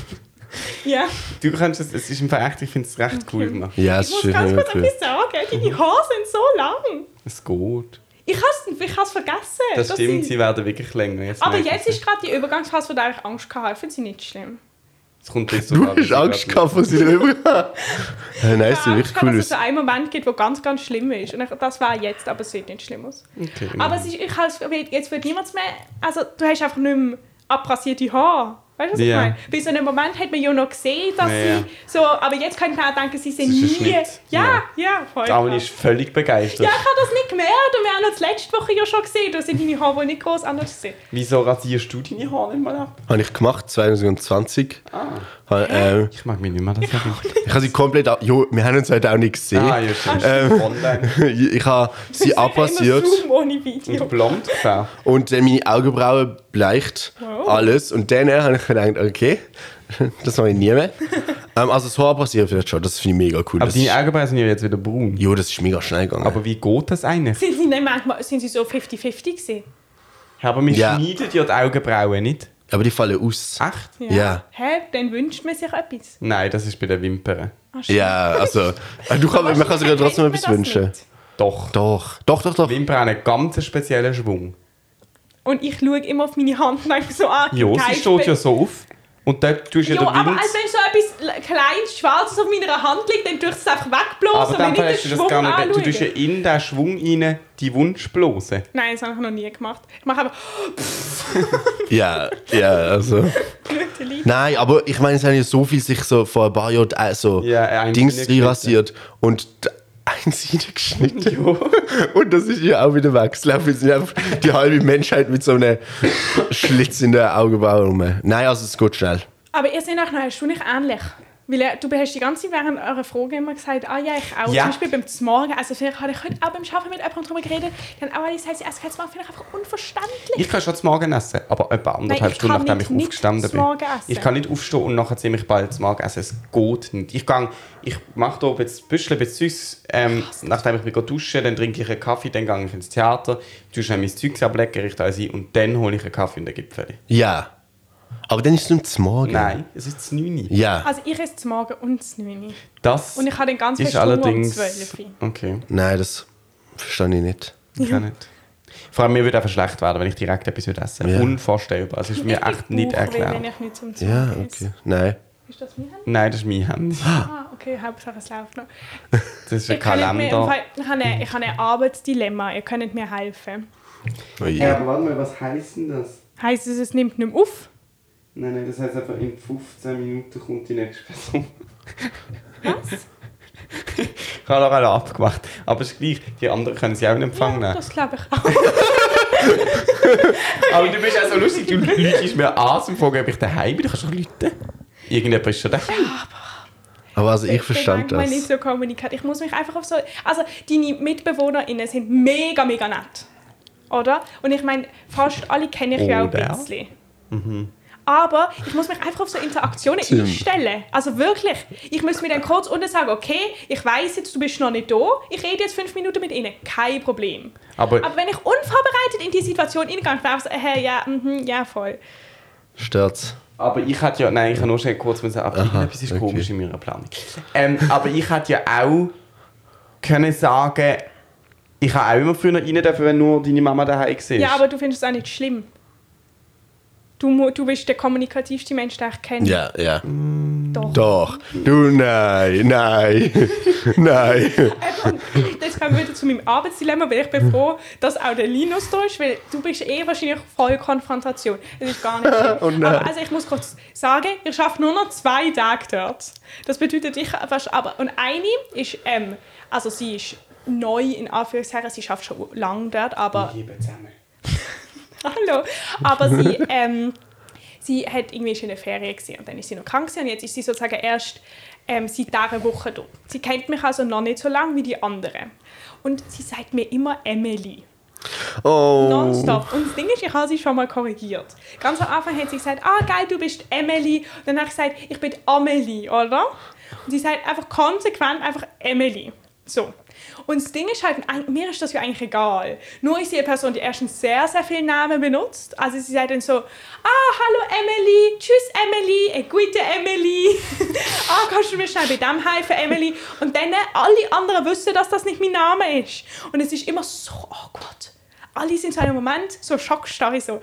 S2: Ja.
S1: Du kannst es, es ist im Fall echt, ich finde es recht cool gemacht.
S3: Ja, es
S2: Ich muss
S3: ist schön.
S2: ganz kurz
S3: cool.
S2: etwas sagen. Deine Haare sind so lang.
S1: Es geht.
S2: Ich habe ich has vergessen.
S1: Das
S2: dass
S1: stimmt,
S2: sie-
S1: sie werden wirklich länger.
S2: aber
S1: merke
S2: jetzt
S1: ich.
S2: ist gerade die Übergangsphase, von der ich Angst hatte. Ich finde sie nicht schlimm.
S1: Es kommt jetzt
S3: Du
S1: sogar
S3: hast
S1: wieder
S3: Angst
S1: gerade-
S3: gehabt von seiner Übergang. Äh, Nein, es
S2: Ich habe
S3: sieht wirklich
S2: Angst
S3: cool
S2: dass es
S3: aus.
S2: einen Moment gibt, der ganz, ganz schlimm ist. Und ich, das war jetzt, aber es sieht nicht schlimm aus.
S1: Okay,
S2: Aber es ist, ich has, jetzt wird niemand mehr... Also, du hast einfach nicht mehr abrasierte Haare. Weißt du,
S1: Ja.
S2: was ich meine? Bei so einem Moment hat man ja noch gesehen, dass
S1: Ja,
S2: sie...
S1: ja.
S2: So, aber jetzt könnte man auch denken, sie sind
S1: Es ist ein
S2: nie...
S1: Schnitt.
S2: Ja, ja, voll.
S1: Damon
S2: klar.
S1: ist völlig begeistert.
S2: Ja, ich habe das nicht gemerkt und wir haben das letzte Woche ja schon gesehen. Da sind deine Haare wohl nicht groß anders gesehen.
S1: Wieso rasierst du deine Haare nicht mal ab?
S3: Habe ich gemacht, 2020. Habe, ähm,
S1: Ich mag mich nicht mehr das erinnern.
S3: ich habe sie komplett. ab- Jo, wir haben uns heute auch nicht gesehen.
S1: Ah, ja, stimmt. Online.
S3: Ich habe sie abrasiert
S2: Immer Zoom ohne
S1: Und
S2: Video.
S1: du blond gefärbt.
S3: und dann meine Augenbrauen bleicht.
S2: Wow.
S3: Alles. Und dann äh, habe ich gedacht, okay, das mache ich nie mehr. ähm, also, das Haar abrasieren vielleicht schon, das finde ich mega cool.
S1: Aber
S3: Das ist,
S1: deine Augenbrauen sind ja jetzt wieder braun.
S3: jo, das ist mega schnell gegangen.
S1: Aber wie geht das eigentlich?
S2: Sind sie nicht manchmal sind sie so 50-50 gesehen?
S1: Aber wir
S3: Ja.
S1: schneiden ja die Augenbrauen nicht.
S3: Aber die fallen aus.
S1: Echt?
S3: Ja.
S2: Hä? Dann wünscht man sich etwas.
S1: Nein, das ist bei den Wimpern.
S2: Ah, shit.
S3: Ja, also, äh, du kann, man kann sich ja
S2: Kennt
S3: trotzdem
S2: man
S3: etwas
S2: das
S3: wünschen.
S2: nicht?
S1: Doch.
S3: Doch, doch, doch, doch.
S1: Wimpern haben einen ganz speziellen Schwung.
S2: Und ich schaue immer auf meine Hand und denke so an.
S1: Ja, sie steht ja so auf. Und dort tust du ja
S2: Jo,
S1: den
S2: aber
S1: Wind.
S2: als wenn so etwas l- kleines Schwarzes auf meiner Hand liegt, dann tue ich es einfach
S1: Aber
S2: wegblasen und
S1: dann
S2: nicht den
S1: hast du das
S2: Schwung
S1: gar nicht. Du tust ja
S2: anschauen.
S1: in den Schwung rein die Wunschblase.
S2: Nein, das habe ich noch nie gemacht. Ich mache einfach
S3: Ja, ja, also.
S2: gute Liebe.
S3: Nein, aber ich meine, es haben ja so viel sich so vor ein paar Jahren äh, so
S1: Ja, ein
S3: Dings
S1: Sinne
S3: rasiert und d- eins hineingeschnitten.
S1: Jo.
S3: Und das ist ja auch wieder weggelaufen. Es sind einfach die halbe Menschheit mit so einem Schlitz in der Augenbraue rum. Nein, also es geht schnell.
S2: Aber ihr seht euch noch schon nicht ähnlich. Weil äh, du hast die ganze Zeit während eurer Frage immer gesagt, ah ja, ich auch.
S1: Ja.
S2: Zum Beispiel beim Morgen. Also vielleicht habe ich heute auch beim Schaffen mit jemandem drüber geredet. Dann auch alle gesagt, es geht morgen vielleicht einfach unverständlich.
S1: Ich kann schon zum Morgen essen, aber etwa anderthalb
S2: ich
S1: Stunden,
S2: kann
S1: nachdem
S2: nicht-
S1: ich
S2: nicht
S1: aufgestanden
S2: zum
S1: bin.
S2: Morgen essen.
S1: Ich kann nicht aufstehen und nachher ziemlich bald zum Morgen essen. Es geht nicht. Ich, gang, ich mache da ein bisschen Büschel, ein bisschen Zeugs. Ähm, nachdem ich mich dusche, dann trinke ich einen Kaffee, dann gehe ich ins Theater, tue schnell mein Zeugs ablecken, richte alles ein und dann hole ich einen Kaffee und den Gipfel.
S3: Ja. Aber dann ist es nur zum Morgen.
S1: Nein, es ist 9 Uhr.
S3: Ja.
S2: Also ich esse zum Morgen und zum 9. Uhr.
S1: Das
S2: Und ich habe den ganz
S1: ist
S2: fest Hunger um
S1: allerdings...
S2: 12 Uhr.
S1: Okay,
S3: Nein, das verstehe ich nicht.
S1: ich kann nicht. Vor allem, mir würde einfach schlecht werden, wenn ich direkt etwas würde essen würde.
S3: Ja.
S1: Unvorstellbar. Es ist mir
S2: Ich bin
S1: echt nicht
S2: Bauchweh, wenn
S1: erklärt.
S2: ich nicht zum Zug
S3: Ja,
S2: esse.
S3: okay. Nein.
S2: Ist das mein Handy?
S1: Nein, das ist mein Handy.
S2: Ah, okay, Hauptsache es läuft noch.
S1: Das ist ein
S2: Ihr könnt mir,
S1: Kalender.
S2: im Fall- ich habe ein- ich habe ein Arbeitsdilemma, ihr könnt mir helfen.
S3: Oh je.
S1: aber warte mal, was heisst denn das?
S2: Heißt es, es nimmt nicht mehr auf?
S1: Nein, nein, das heisst einfach, in 15 Minuten kommt die nächste Person.
S2: Was?
S1: Ich habe auch alle abgemacht. Aber es ist gleich, die anderen können sie auch nicht empfangen.
S2: Ja, das glaube ich auch.
S1: aber du bist auch so lustig, du lügst mir an zum Fragen, ob ich daheim bin. Du kannst doch Leute. Irgendjemand ist schon daheim.
S3: Aber also ich
S2: bin
S3: verstand
S2: manchmal
S3: das.
S2: nicht so kommunikat. Ich muss mich einfach auf so. Also, deine MitbewohnerInnen sind mega, mega nett. Oder? Und ich meine, fast alle kenne ich ja auch
S1: Oder?
S2: ein bisschen. Aber ich muss mich einfach auf so Interaktionen
S3: Mhm. Stimmt.
S2: einstellen. Also wirklich. Ich muss mir dann kurz unten sagen, okay, ich weiß jetzt, du bist noch nicht da. Ich rede jetzt fünf Minuten mit ihnen. Kein Problem.
S1: Aber,
S2: Aber wenn ich unvorbereitet in die Situation eingegangen bin, einfach so, äh, ja, mhm, ja, voll.
S3: Stört's.
S1: aber ich hatte ja, nein, ich habe nur schon kurz müssen, aber irgendetwas ist
S3: okay.
S1: komisch in meiner Planung. Ähm, aber ich hatte ja auch können sagen, ich habe auch immer früher rein dürfen, wenn nur deine Mama daheim war.
S2: Ja, aber du findest es auch nicht schlimm. Du, mu- du bist der kommunikativste Mensch, den ich kenne.
S3: Ja, ja.
S2: Doch.
S3: Doch. Du, nein, nein, nein.
S2: Jetzt kommen wir wieder zu meinem Arbeitsdilemma, weil ich
S3: Mhm.
S2: bin froh, dass auch der Linus da ist, weil du bist eh wahrscheinlich voll Konfrontation. Das ist gar nicht schlimm.
S3: Oh nein.
S2: aber also ich muss kurz sagen, ich arbeite nur noch zwei Tage dort. Das bedeutet, ich fast aber und eine ist, ähm, also sie ist neu in Anführungszeichen, sie schafft schon lange dort, aber
S1: Liebe zusammen.
S2: Hallo. Aber sie, ähm, sie hat irgendwie schon eine Ferien gesehen und dann ist sie noch krank gewesen. und jetzt ist sie sozusagen erst ähm, seit dieser Woche dort. Sie kennt mich also noch nicht so lange wie die anderen. Und sie sagt mir immer Emily.
S3: Oh.
S2: Nonstop. Und das Ding ist, ich habe sie schon mal korrigiert. Ganz am Anfang hat sie gesagt, ah geil, du bist Emily. Und dann habe ich gesagt, ich bin Amelie, oder? Und sie sagt einfach konsequent einfach Emily. So. Und das Ding ist halt, eig- mir ist das ja eigentlich egal. Nur ist sie eine Person, die erstens sehr, sehr viele Namen benutzt. Also sie sagt dann so, ah, hallo Emily, tschüss Emily, eine gute Emily. ah, kannst du mir schnell bei dem helfen, Emily? Und dann, äh, alle anderen wissen, dass das nicht mein Name ist. Und es ist immer so awkward alle sind so einen Moment so schockstarre, so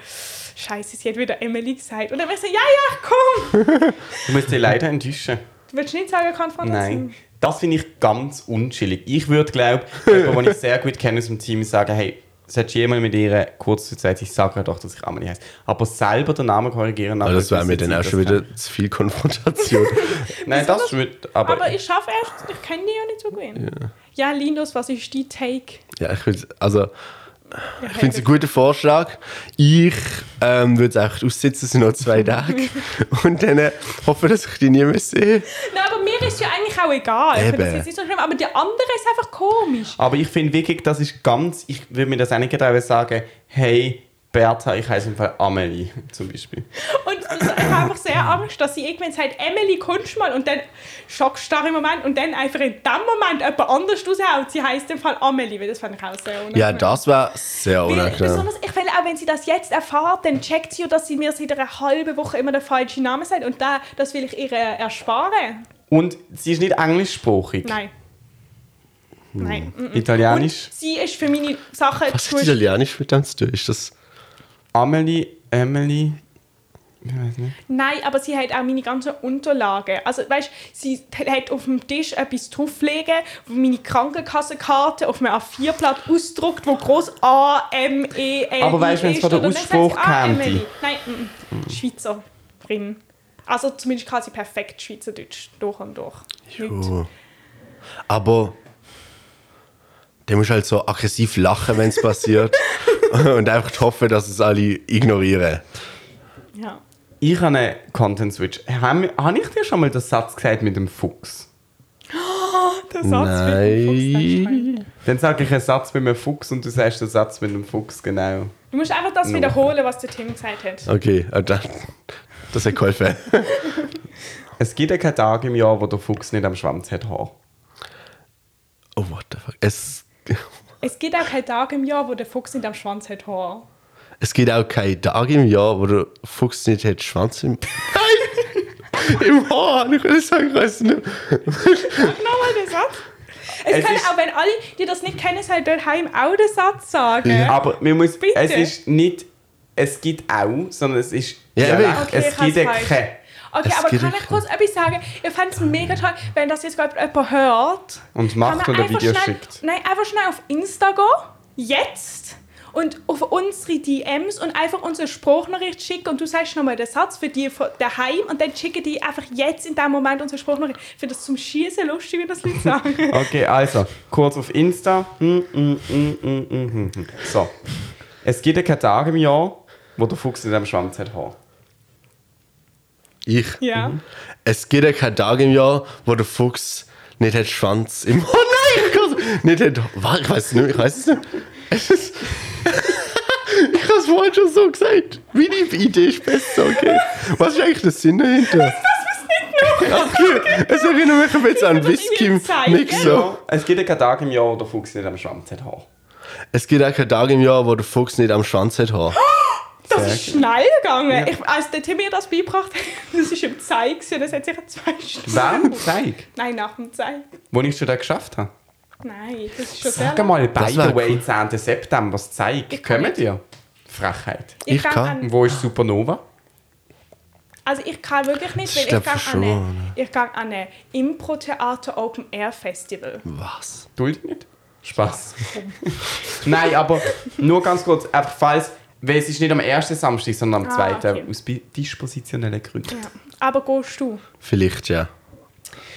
S2: Scheiße, sie hat wieder Emily gesagt. Und dann war ich so, ja, ja, komm!
S1: Du musst dich leider enttäuschen.
S2: Du willst nicht sagen, Konfrontation?
S1: Nein. Das finde ich ganz unschillig. Ich würde, glaube jemand, den ich sehr gut kenne aus dem Team, sagen, hey, solltest du jemand mit ihr kurz zu Zeit, ich sage ihr doch, dass ich Amelie heiße. Aber selber den Namen korrigieren,
S3: Aber das war mir
S1: wissen
S3: dann
S1: sie, das
S3: auch schon
S1: kann-
S3: wieder zu viel Konfrontation.
S1: Nein, das schon, aber,
S2: Aber ich schaffe erst, ich kenne die ja nicht so gut. Ja. Linus, was ist die Take?
S3: ja, ich würde, also, ich finde es einen guten Vorschlag. Ich ähm, würde es einfach aussitzen, es sind noch zwei Tage. Und dann äh, hoffe, dass ich dich nie mehr sehe.
S2: Nein, aber mir ist ja eigentlich auch egal. Ich finde das
S3: Eben.
S2: jetzt nicht so schlimm, aber die andere ist einfach komisch.
S1: aber ich finde wirklich, das ist ganz, ich würde mir das einige Teile sagen, hey, Bertha, ich heiße im Fall Amelie, zum Beispiel.
S2: Und das- ich habe einfach sehr Angst, dass sie irgendwann sagt, Emily, kommst du mal? Und dann schockstarre im Moment und dann einfach in dem Moment jemand anders raushaut. Sie heißt im Fall Amelie, weil das fand ich auch sehr unangenehm.
S3: Ja, das war sehr
S2: Weil
S3: unangenehm.
S2: besonders, ich will auch, wenn sie das jetzt erfahrt, dann checkt sie ja, dass sie mir seit einer halben Woche immer den falschen Namen sagt. Und da, das will ich ihr äh, ersparen.
S1: Und sie ist nicht englischsprachig.
S2: Nein. Nein. mm, mm.
S1: Italienisch.
S2: Sie ist für meine Sachen
S3: Hm. Was hat
S2: schuld-
S3: Italienisch mit dem zu tun? Ist das...
S1: Amelie, Emily, ich weiß nicht.
S2: Nein, aber sie hat auch meine ganzen Unterlagen. Also, weißt sie hat auf dem Tisch etwas drauflegen, wo meine Krankenkassenkarte auf einem A4-Blatt ausdruckt, wo groß A, M, E, L,
S1: Aber weisst,
S2: I
S1: wenn's
S2: ist.
S1: von der
S2: Und dann sagt sie,
S1: Ausspruch
S2: ah,
S1: käme.
S2: Emily. Nein, mm, mm. Schweizerin. Also, zumindest kann sie perfekt Schweizerdeutsch durch und durch. Nicht.
S3: Oh. Aber der muss halt so aggressiv lachen, wenn es passiert. Und einfach hoffen, dass es alle ignorieren.
S2: Ja.
S1: Ich habe einen Content Switch. Habe hab ich dir schon mal den Satz gesagt mit dem Fuchs?
S2: Der Satz mit dem Fuchs, der ist schön.
S1: Dann sage ich einen Satz mit einem Fuchs und du sagst den Satz mit einem Fuchs, genau.
S2: Du musst einfach das wiederholen, was der Tim gesagt hat.
S3: Okay, ah, da- das hat geholfen.
S1: Es gibt ja keinen Tag im Jahr, wo der Fuchs nicht am Schwanz hat Haar.
S3: Oh, what the fuck. Es,
S2: Es gibt auch keinen Tag im Jahr, wo der Fuchs nicht am Schwanz hat Haar.
S3: es gibt auch keinen Tag im Jahr, wo der Fuchs nicht hat Schwanz im... Nein! Im Haar! Ich will sagen, ich weiß nicht.
S2: Nochmal den Satz. Es,
S1: Es
S2: kann
S1: ist-
S2: auch, wenn alle, die das nicht kennen, halt daheim auch den Satz sagen.
S1: Aber man muss,
S2: Bitte?
S1: es ist nicht, es gibt auch, sondern es ist
S3: Ja,
S1: Dialekt.
S3: wirklich.
S2: Okay, ich
S1: es
S2: hab's
S1: gibt ja
S2: falsch.
S1: keinen.
S2: Okay,
S3: Es
S2: aber
S3: geht
S2: kann
S3: nicht.
S2: ich kurz etwas sagen? Ich fände es mega toll, wenn das jetzt gerade jemand hört.
S1: Und macht
S2: Kann man
S1: oder
S2: einfach
S1: Videos
S2: schnell,
S1: schickt.
S2: Nein, einfach schnell auf Insta gehen. Jetzt. Und auf unsere DMs und einfach unsere Spruchnachricht schicken. Und du sagst nochmal den Satz für die von daheim. Und dann schicken die einfach jetzt in dem Moment unsere Spruchnachricht. Ich finde das zum Schießen lustig, wie das Leute sagen.
S1: Okay, also, kurz auf Insta. Hm, hm, hm, hm, hm, hm, hm. So. Es gibt ja keinen Tag im Jahr, wo der Fuchs nicht am Schwanz hat Haar.
S3: Ich.
S2: ja.
S1: Mhm.
S3: Es gibt ja keinen Tag im Jahr, wo der Fuchs nicht hat Schwanz im. Oh nein, ich kann's, nicht hat. Warte, ich weiß es nicht. Ich weiß es nicht. Es ist. ich habe es vorhin schon so gesagt. Meine Idee ist besser, okay? Was ist eigentlich der Sinn dahinter? Okay, es erinnert mich ein bisschen an
S2: Ich will das irgendwie
S3: Whisky-Mixer.
S1: Es gibt ja keinen Tag im Jahr, wo der Fuchs nicht am Schwanz hat Haar.
S3: Es gibt auch keinen Tag im Jahr, wo der Fuchs nicht am Schwanz hat. Haar.
S2: Das
S1: Sehr
S2: ist schnell gegangen. Ich, als der Tim mir das beigebracht hat, das war im Zeig, gewesen, das hat sicher zwei Stunden.
S1: Wann? Zeig.
S2: Nein, nach dem Zeig.
S1: Wo ich schon da geschafft habe.
S2: Nein, das ist schon sehr
S1: Sag mal, by
S3: Das
S1: the
S3: wär
S1: way, 10. September, das Zeig.
S2: Ich kann
S1: Kommen
S2: nicht.
S1: ihr? Frechheit.
S2: Ich,
S3: Ich kann.
S2: kann.
S1: Wo ist Supernova?
S2: Also ich kann wirklich nicht, weil ich
S3: Das ist, glaub ich,
S2: gehe an,
S3: schon, ne?
S2: eine- ich gehe an ein Impro-Theater Open Air Festival.
S3: Was?
S1: Duldet nicht. Spaß. Nein, aber nur ganz kurz, einfach falls, weil es ist nicht am ersten Samstag, sondern am
S2: Ah,
S1: zweiten,
S2: okay.
S1: aus bi- dispositionellen Gründen.
S2: Ja. Aber gehst du?
S3: Vielleicht ja.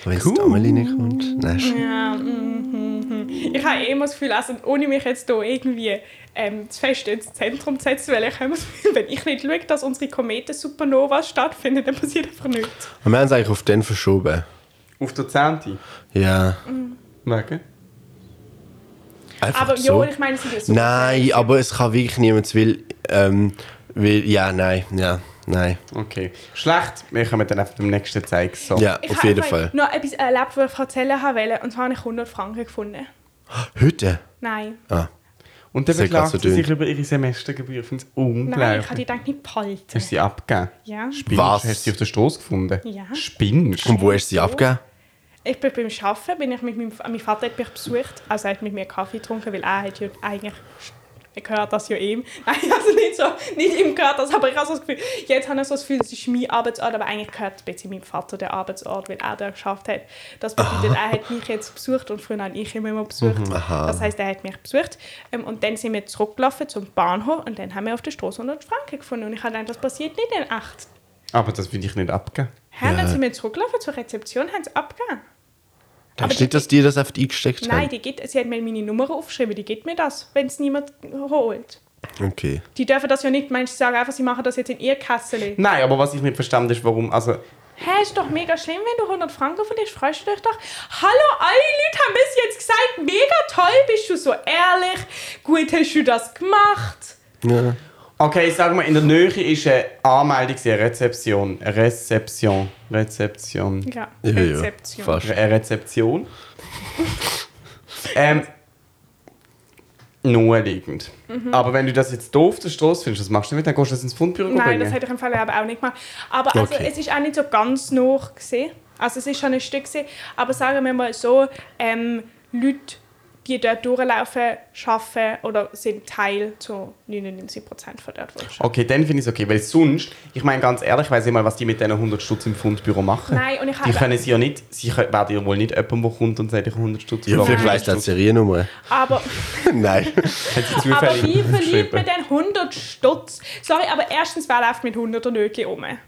S3: Wenn es Amelie nicht kommt. Nein, sch-
S2: Ja, mhm, mhm. ich habe eh immer das Gefühl, also ohne mich jetzt hier irgendwie ähm, zu fest ins Zentrum zu setzen, weil ich habe immer das Gefühl, wenn ich nicht schaue, dass unsere Kometen-Supernova stattfindet, dann passiert einfach nichts.
S3: Und wir haben es eigentlich auf den verschoben.
S1: Auf der 10.
S3: Ja.
S1: Wegen?
S3: Einfach
S2: Aber
S3: so.
S2: ja, ich meine, sie ist
S3: Nein, aber es kann wirklich niemand, weil, ähm, weil, ja, nein, ja, nein.
S1: Okay. Schlecht, wir kommen dann einfach beim nächsten zeigen. So.
S3: Ja,
S2: Ich
S3: auf
S2: habe
S3: jeden
S2: einfach
S3: Fall.
S2: noch etwas erlebt, was ich erzählen wollte, und zwar habe ich 100 Franken gefunden.
S3: Heute?
S2: Nein.
S3: Ah,
S1: Und dann
S3: Das hat
S1: beklagt
S3: grad so
S1: sie sich
S3: dünn.
S1: über ihre Semestergebühr. Ich finde es
S2: Nein, ich habe
S1: unglaublich.
S2: die Gedanken nicht behalten.
S1: Hast du sie abgegeben?
S2: Ja.
S1: Spinnst?
S3: Was?
S1: Hast du sie auf der Straße gefunden?
S2: Ja.
S1: Spinnst?
S3: und wo hast du sie
S2: So.
S3: abgegeben?
S2: Ich bin beim Arbeiten, bin ich mit meinem, mein Vater hat mich besucht, also er hat mit mir Kaffee getrunken, weil er hat ja eigentlich ich gehört das ja ihm. Nein, also nicht so, nicht ihm gehört das, aber ich habe so das Gefühl, jetzt habe ich so das Gefühl, das ist mein Arbeitsort, aber eigentlich gehört ein bisschen meinem Vater der Arbeitsort, weil er da geschafft hat. Das bedeutet, er hat mich jetzt besucht und früher habe ich ihn immer besucht.
S3: Mhm, aha.
S2: Das heißt, er hat mich besucht ähm, und dann sind wir zurückgelaufen zum Bahnhof und dann haben wir auf der Straße 100 Franken gefunden und ich habe gedacht, das passiert nicht in echt.
S1: Aber das will ich nicht abgeben.
S2: Hä,
S3: Ja.
S2: Dann sind wir zurückgelaufen zur Rezeption, haben es abgegeben.
S3: Denkst du nicht, dass die das einfach eingesteckt
S2: Nein, die geht, sie hat mir meine Nummer aufgeschrieben, die gibt mir das, wenn es niemand holt.
S3: haben? Okay.
S2: Die dürfen das ja nicht, meinst du, sagen einfach, sie machen das jetzt in ihr Kasseli.
S1: Nein, aber was ich nicht verstanden ist, warum. Also,
S2: Hä, ist doch mega schlimm, wenn du 100 Franken verlierst, freust du dich doch. Hallo, alle Leute haben bis jetzt gesagt, mega toll, bist du so ehrlich, gut hast du das gemacht.
S3: Ja.
S1: okay, ich sag mal, in der Nähe ist eine Anmeldung, eine Rezeption. Eine Rezeption. Rezeption.
S2: Ja,
S3: Ja, ja,
S2: Rezeption.
S3: Fast.
S1: Re- Eine Rezeption. ähm. Naheliegend.
S2: Mhm.
S1: Aber wenn du das jetzt doof auf der Straße findest, das machst du nicht, dann gehst du das ins Fundbüro
S2: Nein,
S1: bringen.
S2: das hätte ich im Fall aber auch nicht gemacht. Aber also,
S3: Okay.
S2: es ist auch nicht so ganz nah gesehen. Also es ist schon ein Stück gewesen. aber sagen wir mal so, ähm, Leute, die dort durchlaufen, arbeiten oder sind Teil zu 99 Prozent von dort, wo ich arbeite.
S1: Okay, dann finde ich es okay, weil sonst, ich meine ganz ehrlich, ich weiß nicht mal, was die mit diesen 100 Stutz im Fundbüro machen.
S2: Nein, und ich
S1: Die
S2: habe-
S1: können sie ja nicht, sie können- werden ja wohl nicht jemandem, der kommt und sagt, ich habe 100 Stutz
S3: Ja, vielleicht
S2: Nein.
S3: weißt du die Seriennummer.
S2: Aber,
S3: Nein.
S1: Hat sie
S2: aber
S1: zufällig
S2: wie verliert man
S1: geschrieben.
S2: denn 100 Stutz? Sorry, aber erstens, wer läuft mit 100 Nötchen um?
S1: Habe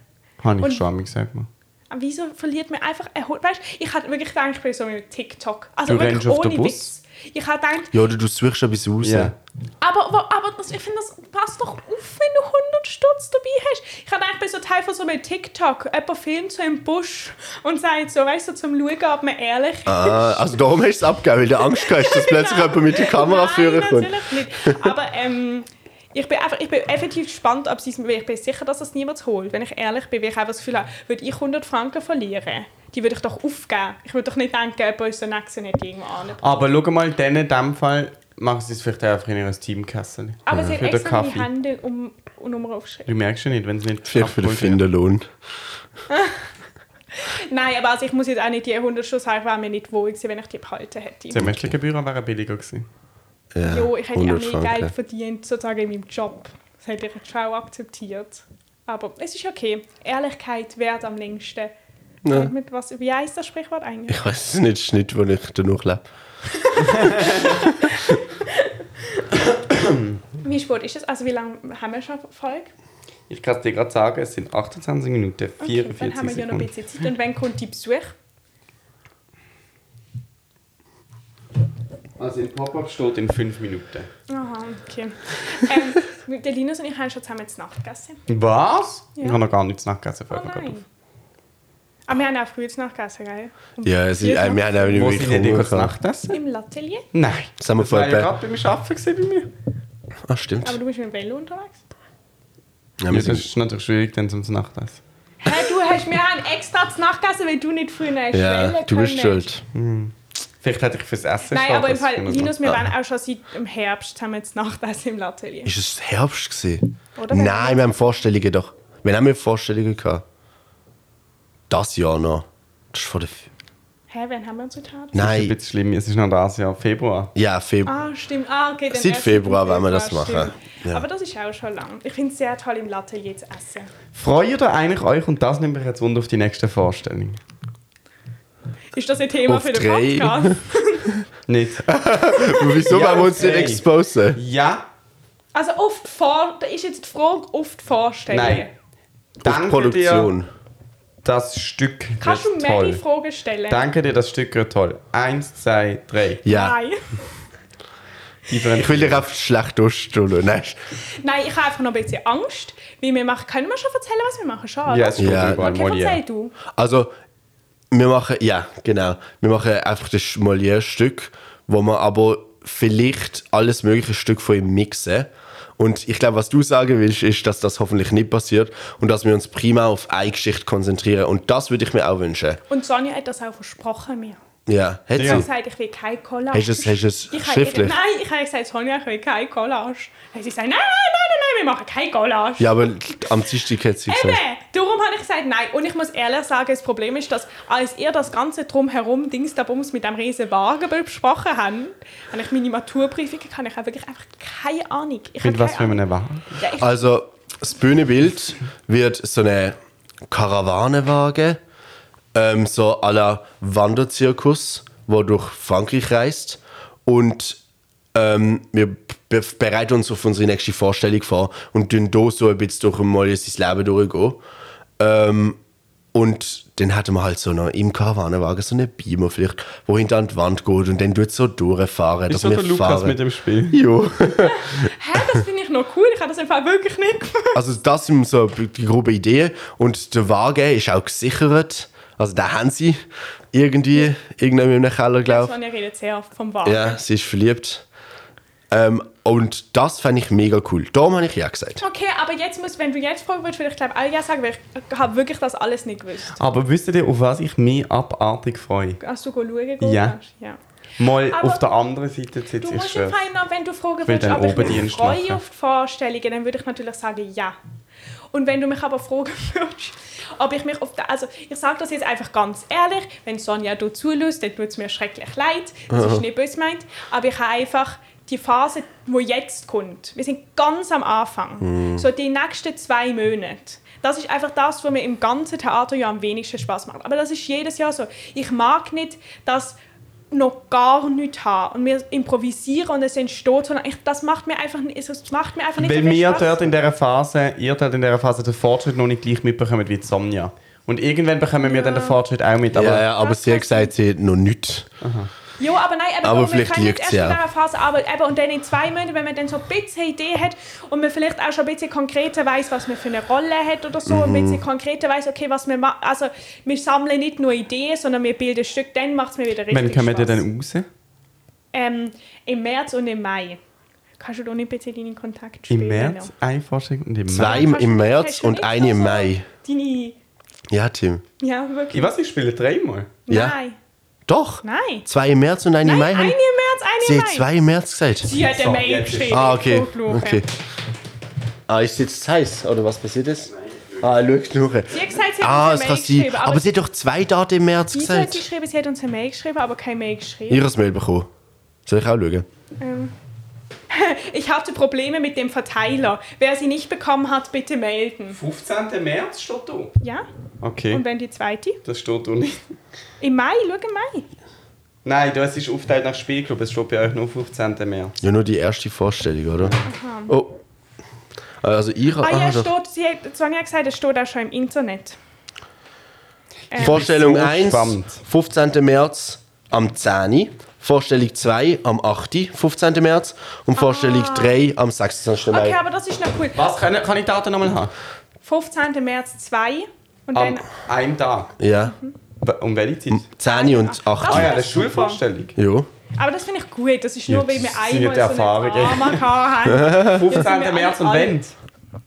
S2: Und-
S1: ich schon einmal gesagt. Mann.
S2: Aber Wieso verliert man einfach ein Hund? Weißt du, ich hatte wirklich gedacht, ich bin so mit TikTok. Also
S1: Du
S2: wirklich
S1: rennst auf den
S2: ohne
S1: Bus?
S2: Witz. Ich habe gedacht,
S3: Ja, oder du suchst etwas raus.
S1: Ja.
S2: Aber, aber, aber das, ich finde, das passt doch auf, wenn du 100 Stutz dabei hast. Ich habe eigentlich so Teil von so einem TikTok. Jemand filmt so im Busch und sagt so, weißt du, zum Schauen, ob man ehrlich ist.
S3: Ah, also darum hast du es abgegeben, weil du Angst hast, dass plötzlich jemand mit der Kamera führen kommt.
S2: natürlich nicht. Aber ähm, ich bin einfach, ich bin effektiv gespannt, ob sie es, weil ich bin sicher, dass es niemand holt. Wenn ich ehrlich bin, weil ich einfach das Gefühl habe, würde ich 100 Franken verlieren, die würde ich doch aufgeben. Ich würde doch nicht denken, jemand ist der Nächste nicht irgendwo an.
S1: Aber schau mal, dann in dem Fall machen sie es vielleicht einfach in ihres Teamkessel.
S2: Aber sie
S1: Für
S2: hat
S1: den
S2: extra meine
S1: Kaffee.
S2: Hände um, und Nummer aufgeschrieben.
S1: Du merkst ja nicht, wenn es nicht
S3: Vielleicht für den
S1: abgeholt wird.
S3: Finderlohn.
S2: Nein, aber also ich muss jetzt auch nicht die 100 Schuss sagen, wäre mir nicht wohl gewesen, wenn ich die behalten hätte.
S1: Die Semestergebühren wären billiger gewesen.
S3: Ja,
S2: Jo, ich hätte auch
S3: 100
S2: mehr
S3: Franken.
S2: Geld verdient, sozusagen in meinem Job. Das hätte ich jetzt schon auch akzeptiert. Aber es ist okay. Ehrlichkeit währt am längsten.
S3: Ja.
S2: Und Mit was, wie heißt das Sprichwort eigentlich?
S3: Ich weiß es nicht, Schnitt, wo ich danach lebe.
S2: Wie spät ist es? Also wie lange haben wir schon Folge?
S1: Ich kann es dir gerade sagen, es sind 28 Minuten,
S2: Okay,
S1: 44
S2: dann haben wir ja noch ein
S1: Sekunden.
S2: bisschen Zeit. Und wann kommt die Besuch?
S1: Also im Pop-Up steht in 5 Minuten.
S2: Aha, okay. ähm, der Linus und ich haben schon zusammen zu Nacht gegessen.
S1: Was?
S2: Ja.
S1: Ich habe noch gar nichts nachgegessen.
S2: Oh
S1: fällt mir gerade auf.
S2: nein. Aber wir haben auch früh zu Nacht gegessen, gell? Um
S3: Ja, es ist,
S2: vier
S3: äh, wir haben auch nicht
S1: Wo sind die
S3: wirklich Hunger
S1: kurz
S3: gehabt.
S1: Nachtessen?
S2: Im Latelier?
S1: Nein.
S3: Das haben wir
S1: Das war ja
S3: vorher-
S1: gerade beim Arbeiten gewesen bei mir.
S3: Ah, stimmt.
S2: Aber du bist mit dem Velo unterwegs?
S3: Ja, wir
S1: das
S3: sind,
S1: ist natürlich schwierig, dann zum Nachtessen.
S2: Hey, du hast mir einen extra zu Nacht gegessen, weil du nicht früher hast.
S3: ja
S2: wählen
S3: du bist
S2: können.
S3: schuld.
S1: Vielleicht hätte ich fürs Essen
S2: Nein,
S1: schon
S2: aber im
S1: was
S2: Fall,
S1: können
S2: Linus,
S1: machen.
S3: Ah.
S2: wir waren auch schon seit dem Herbst zusammen zu Nacht essen im Latelier.
S3: Ist es Herbst gewesen?
S2: Oder?
S3: Nein, wir haben Vorstellungen doch. Wann haben wir Vorstellungen gehabt? Das Jahr noch. Das ist vor der... F-
S2: Hä, wann haben wir uns getan?
S1: Das ist ein
S3: Nein.
S1: bisschen schlimm. Es ist noch das Jahr, Februar.
S3: Ja, Februar.
S2: Ah, stimmt. Ah, okay, dann
S3: Seit
S2: erst
S3: Februar
S2: im
S3: wollen wir das
S2: Februar,
S3: machen.
S2: stimmt.
S3: Ja.
S2: Aber das ist auch schon lang. Ich finde es sehr toll, im Latelier zu essen.
S1: Freut ihr eigentlich euch, und das nimmt mich jetzt wunder auf die nächste Vorstellung?
S2: Ist das ein Thema
S3: Auf
S2: für den
S3: drei.
S2: Podcast?
S1: Nicht?
S3: Wieso
S1: Ja,
S3: wollen wir uns nicht
S1: okay.
S3: exposen?
S1: Ja,
S2: Also oft vor, da ist jetzt die Frage, oft vorstellen.
S1: nein.
S3: Auf
S1: Danke dir,
S3: Produktion.
S1: das Stück wird
S2: Kannst du
S1: toll.
S2: mehr Fragen stellen?
S1: Danke dir, das Stück wird toll. Eins, zwei, drei.
S3: Ja.
S2: Nein.
S3: Ich will dich auf schlecht durchstuhlen. Nein.
S2: Nein, ich habe einfach noch ein bisschen Angst, weil wir machen, können wir schon erzählen, was wir machen, schade.
S1: Ja, es steht
S3: Ja.
S1: überall
S2: okay,
S1: Molière.
S2: erzähl du.
S3: Also, wir machen, ja, genau. Wir machen einfach das Molière-Stück, wo wir aber vielleicht alles mögliche Stück von ihm mixen. Und ich glaube, was du sagen willst, ist, dass das hoffentlich nicht passiert und dass wir uns prima auf eine Geschichte konzentrieren. Und das würde ich mir auch wünschen.
S2: Und Sonja hat das auch versprochen mir.
S3: Ja, hätte
S2: Sie
S1: Ja.
S2: hat
S3: sie.
S2: gesagt, ich will keine Collage.
S3: Hast du es, hast du es
S2: ich habe
S3: schriftlich?
S2: ihr- nein, ich habe gesagt, Sonja, ich will keine Collage. Hat sie gesagt, nein, nein, nein, nein, nein, wir machen keine Collage.
S3: Ja, aber am Dienstag hätte sie
S2: Eben,
S3: gesagt.
S2: darum habe ich gesagt, nein. Und ich muss ehrlich sagen, das Problem ist, dass als ihr das Ganze drumherum Dings da Bums mit dem riesen Wagen besprochen habt, habe ich meine Maturprüfungen, kann ich habe wirklich einfach keine Ahnung. Ich
S1: Mit
S2: habe
S1: was für
S2: keine Ahnung.
S1: einem Wagen?
S2: Ja, ich,
S3: Also, das Bühnenbild wird so eine Karawanenwagen, ähm, so à la Wanderzirkus, wo durch Frankreich reist. Und ähm, wir be- bereiten uns auf unsere nächste Vorstellung vor und tun hier so ein bisschen durch mal sein Leben durchgehen. Ähm, Und dann hatten wir halt so noch im Karawanenwagen so einen Beamer vielleicht, wo hinter an die Wand geht und dann tut so durchfahren,
S1: Ist
S3: dass
S1: so
S3: wir
S1: der Lukas
S3: fahren.
S1: mit dem Spiel.
S3: jo.
S2: hä, das finde ich noch cool. Ich habe das im Fall wirklich nicht gemacht.
S3: Also das sind so die grobe Ideen. Und der Wagen ist auch gesichert. Also da haben sie irgendwie, irgendjemand im Keller, glaube
S2: Sonja redet sehr oft vom
S3: ich.
S2: Wagen.
S3: Ja, sie ist verliebt. Ähm, und das fand ich mega cool. Darum habe ich ja gesagt.
S2: Okay, aber jetzt muss, wenn du jetzt fragen würdest, würde ich glaube auch ja sagen, weil ich habe wirklich das alles nicht gewusst.
S1: Aber wisst ihr, auf was ich mich abartig freue?
S2: Hast du schauen gegangen?
S1: Ja.
S2: Hast? ja.
S1: Mal
S2: Aber
S1: auf der anderen Seite
S2: Du
S1: sitzt ich
S2: musst halt im
S1: schwör's.
S2: Fall noch, wenn du fragen
S1: will
S2: würdest,
S1: dann
S2: ob ich mich
S1: Oberdienst
S2: freue
S1: machen.
S2: auf die Vorstellungen, dann würde ich natürlich sagen, ja. Und wenn du mich aber fragen würdest, ob ich mich auf der, also ich sage das jetzt einfach ganz ehrlich, wenn Sonja du zulässt, dann tut es mir schrecklich leid, das ist nicht böse gemeint, aber ich habe einfach die Phase, wo jetzt kommt, wir sind ganz am Anfang,
S1: Hm.
S2: so die nächsten zwei Monate, das ist einfach das, was mir im ganzen Theaterjahr am wenigsten Spaß macht. Aber das ist jedes Jahr so. Ich mag nicht, dass noch gar nichts haben und wir improvisieren und es entsteht, sondern ich, das macht mir einfach, nicht- es macht mir einfach nicht
S1: Weil
S2: so viel
S1: wir
S2: Spaß.
S1: dort in dieser Phase, ihr dort in dieser Phase den Fortschritt noch nicht gleich mitbekommen wie die Sonja. Und irgendwann bekommen wir dann den Fortschritt auch mit. Aber
S3: ja, ja, aber
S2: das
S3: sie hat
S2: heißt-
S3: gesagt, sie hat noch nichts.
S2: Ja, aber nein, eben,
S3: Aber
S2: darum,
S3: vielleicht
S2: wir können
S3: liegt's
S2: erst
S3: ja.
S2: in dieser Phase arbeiten. Eben, und dann in zwei Monaten, wenn man dann so ein bisschen Idee hat und man vielleicht auch schon ein bisschen konkreter weiß, was man für eine Rolle hat oder so,
S3: Mhm.
S2: ein bisschen konkreter weiß, okay, was wir machen. Also, wir sammeln nicht nur Ideen, sondern wir bilden ein Stück, dann macht es mir wieder richtig
S1: wann kommen wir
S2: Spaß.
S1: denn raus?
S2: Ähm, Im März und im Mai. Kannst du da nicht ein bisschen deinen Kontakt spielen?
S1: Im März eine Vorstellung und im
S3: Zwei
S1: Mai.
S3: im,
S2: Kannst-
S3: im
S2: hast
S3: März
S2: du
S3: und
S2: nicht
S3: eine im
S2: noch so
S3: Mai.
S2: Deine,
S3: Ja, Tim.
S2: ja,
S1: Ich
S2: wirklich.
S1: weiß, ich spiele dreimal.
S3: Ja.
S2: Nein.
S3: Doch.
S2: Nein.
S3: Zwei im März und eine im
S2: Nein,
S3: Mai.
S2: eine im
S3: haben-
S2: März, eine
S3: Sie
S2: im
S3: hat
S2: Mai.
S3: zwei im März gesagt.
S2: Sie hat
S1: So,
S2: den Mail
S1: jetzt ist-
S2: geschrieben.
S3: Ah, okay.
S2: Flugluche.
S3: okay. Ah, ist jetzt heiß, oder was passiert ist? Ah, schau nur.
S2: Sie hat gesagt, sie hat
S3: Ah,
S2: uns eine Mail
S3: es kann sein.
S2: geschrieben.
S3: Aber,
S2: Aber
S3: sie hat doch zwei Daten im März
S2: sie hat sie
S3: gesagt.
S2: geschrieben, sie hat uns eine Mail geschrieben, aber kein Mail geschrieben.
S3: Ihr habt Mail bekommen. Soll ich auch schauen?
S2: Ich hatte Probleme mit dem Verteiler. Wer sie nicht bekommen hat, bitte melden.
S1: 15. März steht da.
S2: Ja?
S1: Okay,
S2: Und wenn die zweite?
S1: das steht da nicht.
S2: Im Mai, schau im Mai.
S1: Nein, du, es ist aufgeteilt nach Spielclub, es steht bei euch nur 15. März.
S3: Ja, nur die erste Vorstellung, oder? Oh. Also ich
S2: Ah ja,
S3: doch.
S2: steht, sie hat, Sonja hat gesagt, es steht auch schon im Internet.
S3: Vorstellung
S1: So
S3: 1,
S1: spannend.
S3: 15. März am 10. Vorstellung 2 am 8. 15. März und Vorstellung
S2: Ah.
S3: 3 am 26. Mai.
S2: Okay, aber das ist noch cool.
S1: Was kann, kann ich die Daten nochmal haben?
S2: 15. März 2 und
S1: An
S2: dann...
S1: einem Tag.
S3: Ja,
S1: W- Um welche Zeit?
S3: 10 und
S1: Ah
S3: 8.
S1: ja, das ist Schulvorstellung.
S3: Jo.
S2: Aber das finde ich gut. Das ist nur, weil wir
S1: das sind ja
S2: einmal
S1: die
S2: so eine
S1: Erfahrungen.
S2: Drama haben.
S1: 15.
S2: wir
S1: März und
S2: alle
S1: wenn?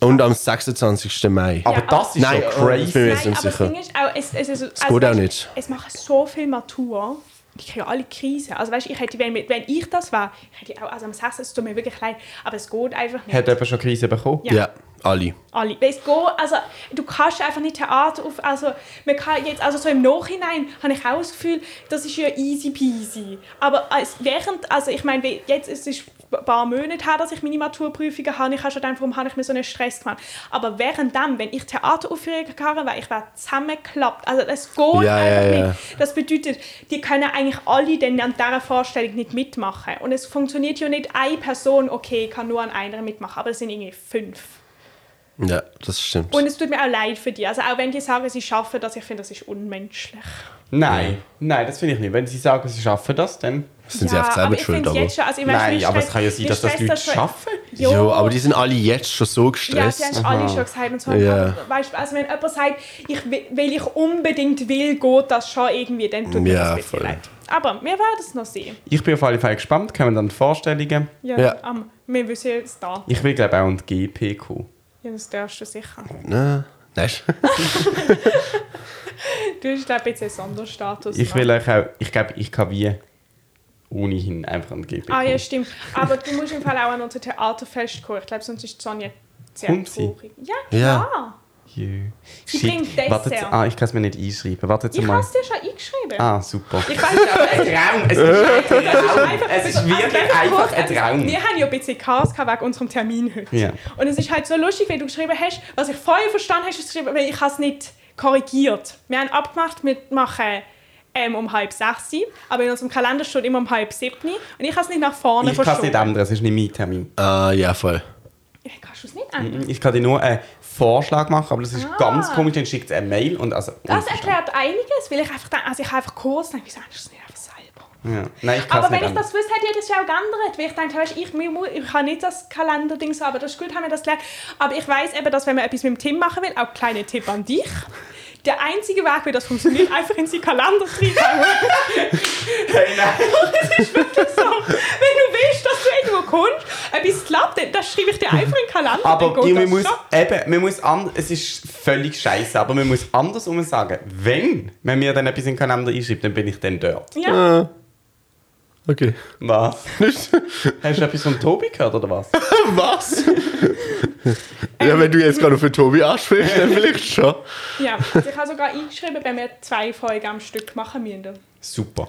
S3: Und am 26. Mai.
S1: Aber
S2: Ja,
S1: das ist
S3: Nein,
S1: ja
S3: oh, ich bin mir
S1: crazy.
S2: Nein,
S3: jetzt nicht
S2: aber das Ding
S3: sicher.
S2: ist auch, es, es, es, also,
S3: geht auch
S2: weißt,
S3: nicht.
S2: Es machen so viel Matur. Die kriegen ja alle Krisen. Also weißt, ich hätte, wenn, wenn ich das war, ich hätte auch, also am 6. es tut mir wirklich leid, aber es geht einfach nicht.
S1: Hat jemand schon Krise bekommen?
S2: Ja.
S3: Ja, Alle.
S2: alle. Weißt du, also du kannst einfach nicht Theater auf, also man kann jetzt, also so im Nachhinein habe ich auch das Gefühl, das ist ja easy peasy. Aber als, während, also ich meine, we- jetzt es ist ein paar Monate her, dass ich meine Maturprüfungen habe, ich habe schon gedacht, warum habe ich mir so einen Stress gemacht. Aber währenddem, wenn ich Theateraufführungen gehabt weil ich wäre zusammengeklappt. Also das geht
S3: Ja,
S2: einfach
S3: ja, ja.
S2: nicht. Das bedeutet, die können eigentlich alle dann an dieser Vorstellung nicht mitmachen. Und es funktioniert ja nicht, eine Person, okay, kann nur an einer mitmachen, aber es sind irgendwie fünf.
S3: Ja, das stimmt.
S2: Und es tut mir auch leid für die. Also auch wenn die sagen, sie schaffen das, ich finde, das ist unmenschlich.
S1: Nein, nein, das finde ich nicht. Wenn sie sagen, sie schaffen das, dann.
S3: sind sie einfach
S2: aber
S3: selber
S2: ich
S3: schuld,
S2: finde
S3: aber.
S2: jetzt schon, also ich weiß,
S1: Nein,
S2: wie
S1: aber
S2: stress-
S1: es kann ja sein,
S2: wie
S1: dass das
S2: stress
S1: Leute
S2: schon-
S1: schaffen.
S2: Jo,
S3: Jo, aber die sind alle jetzt schon so
S2: ja,
S3: gestresst.
S2: sie haben es alle schon gesagt und so.
S3: Ja.
S2: Weißt, du, also wenn jemand sagt, ich will, weil ich unbedingt will, geht das schon irgendwie, dann tut mir
S3: Ja,
S2: das ein bisschen
S3: voll.
S2: leid. Aber wir werden es noch sehen.
S1: Ich bin auf alle Fälle gespannt, kommen dann die Vorstellungen.
S2: Ja,
S3: Ja.
S2: Ähm, wir wissen jetzt da.
S1: Ich will, glaube ich, auch an die GPQ.
S2: Ja, das darfst du sicher.
S3: Nein. Ne? Nein.
S2: Du hast, glaube ich, jetzt einen Sonderstatus.
S1: Ich
S2: noch.
S1: will euch auch, ich glaube, ich kann wie ohnehin einfach an die GPQ.
S2: Ah ja, stimmt. Aber du musst im Fall auch an unser Theaterfest kommen. Ich glaube, sonst ist die Sonja sehr
S1: Kommt sie?
S2: traurig. Ja,
S3: Ja.
S2: klar.
S1: Jö.
S2: Sie
S1: Shit.
S2: bringt Dessert.
S1: Wartet, ah, ich kann es mir nicht einschreiben. Wartet
S2: Ich
S1: mal.
S2: habe es dir schon eingeschrieben.
S1: Ah, super.
S2: Ich weiß ja.
S1: Traum, es ist wirklich ein Traum. Es ist
S2: ganz
S1: wirklich einfach
S2: kurz,
S1: ein Traum.
S2: Wir haben ja ein bisschen Chaos gehabt wegen unserem Termin heute.
S1: Ja.
S2: Und es ist halt so lustig, wenn du geschrieben hast, was ich vorher verstanden hast, hast du geschrieben, weil ich habe es nicht korrigiert. Wir haben abgemacht, wir machen ähm, um halb sechs, aber in unserem Kalender steht immer um halb sieben und ich habe es nicht nach vorne
S1: Ich kann es
S2: verstanden.
S1: nicht ändern, es ist nicht mein Termin.
S3: Ah, ja, voll.
S2: nicht Kannst du es nicht ändern?
S1: Ich kann dir nur einen Vorschlag machen, aber das ist
S2: Ah.
S1: ganz komisch, dann schickt es eine Mail und also...
S2: Das erklärt einiges, weil ich einfach, dann- also ich habe einfach kurz denke, wieso hast du es nicht einfach selber?
S1: Ja. Nein, ich kann es
S2: Aber wenn
S1: nicht
S2: ich
S1: ändern.
S2: das wüsste, hätte ich das ja auch geändert. Weil ich dachte, weißt, ich, mir mu- ich kann nicht das Kalenderding so, aber das ist gut, haben wir das gelernt. Aber ich weiß eben, dass wenn man etwas mit dem Tim machen will, auch kleiner Tipp an dich, der einzige Weg, wie das funktioniert, einfach in seinen Kalender schreiben.
S1: Hey, nein.
S2: so, wenn du willst, dass du irgendwo kommst, etwas klappt, dann das schreibe ich dir einfach in den Kalender.
S1: Aber
S2: dann geht
S1: man
S2: das
S1: muss,
S2: schon.
S1: eben, man muss an, es ist völlig scheiße, aber man muss andersrum sagen, wenn man mir dann etwas in den Kalender einschreibt, dann bin ich dann dort.
S2: Ja,
S3: Ah. Okay.
S1: Was? Hast du etwas von Tobi gehört oder was?
S3: Was? ja, wenn du jetzt gerade auf den Tobi ansprichst, dann vielleicht schon.
S2: ja. Also Ich habe sogar eingeschrieben, wenn wir zwei Folgen am Stück machen müssen.
S1: Super.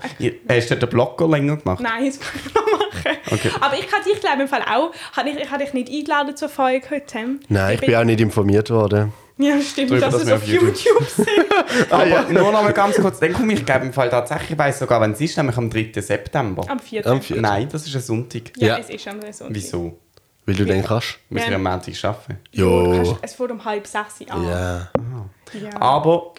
S1: Hast du den Blocker länger gemacht?
S2: Nein, das kann ich noch machen.
S1: Okay.
S2: Aber ich kann dich, glaube ich, im Fall auch. Habe ich, ich habe dich nicht eingeladen zur Folge heute.
S3: Nein, ich bin auch nicht informiert worden.
S2: Ja, stimmt,
S1: Darüber,
S2: dass
S1: dass
S2: es
S1: wir
S2: auf
S1: auf YouTube-
S2: YouTube sind.
S1: Aber nur noch mal ganz kurz, dann komme ich glaube im Fall tatsächlich, ich weiss sogar, wann es ist, nämlich am 3. September.
S2: Am 4.
S3: Am 4.
S1: Nein, das ist ein Sonntag.
S2: Ja,
S3: Ja.
S2: es ist am Sonntag.
S1: Wieso?
S3: Weil du den kannst.
S1: Müssen wir
S2: Ja.
S1: am Montag arbeiten.
S2: Du
S3: Jo.
S2: kannst- Es wurde um halb sechs an.
S3: Ja. Ah.
S2: ja.
S1: Aber,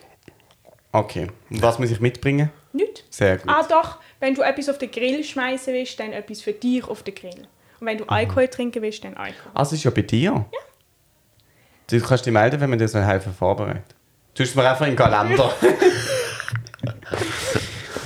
S1: okay. Und was muss ich mitbringen?
S2: Nicht?
S1: Sehr gut.
S2: Ah doch, wenn du etwas auf den Grill schmeißen willst, dann etwas für dich auf den Grill. Und
S3: Mhm.
S2: wenn du Alkohol trinken willst, dann Alkohol.
S1: Ah, es ist ja bei dir. Ja. Du kannst dich melden, wenn wir dir so helfen vorbereiten. Tust es mir einfach in den Kalender.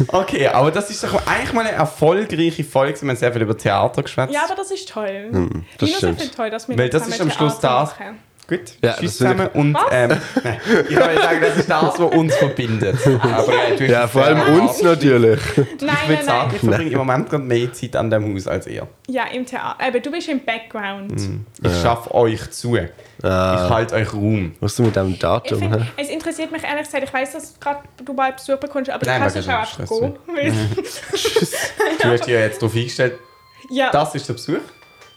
S1: okay, aber das ist doch eigentlich mal eine erfolgreiche Folge. Wir haben sehr viel über Theater geschwätzt.
S2: Ja, aber das ist toll.
S3: Hm, das
S2: Linus, ich
S3: stimmt.
S2: finde toll, dass wir
S1: Weil das
S2: zusammen
S1: ist am Schluss das.
S2: Theater machen.
S1: Gut,
S3: Ja,
S1: tschüss
S3: das will
S1: zusammen und ähm, nein, ich würde sagen, das ist das, was uns verbindet. Aber, äh, du hast
S3: Ja,
S1: es
S3: vor
S1: sehr
S3: allem uns
S1: verarscht.
S3: natürlich.
S1: Ich
S2: Nein,
S1: würde
S2: nein,
S1: sagen,
S2: nein.
S1: ich verbringe im Moment gerade mehr Zeit an dem Haus als ihr.
S2: Ja, im Theater. Aber du bist im Background.
S3: Hm.
S1: Ich schaffe euch zu. Ich halte euch Raum.
S3: Was du mit dem
S2: Ich
S3: Datum?
S2: find,
S3: hä?
S2: es interessiert mich ehrlich gesagt, ich weiß, dass grad du mal Besuch bekommst, aber
S1: Nein,
S2: du kannst
S1: wir
S2: es auch einfach
S1: können
S2: gehen.
S1: Du hast dich ja jetzt darauf eingestellt,
S2: ja,
S1: das ist der Besuch.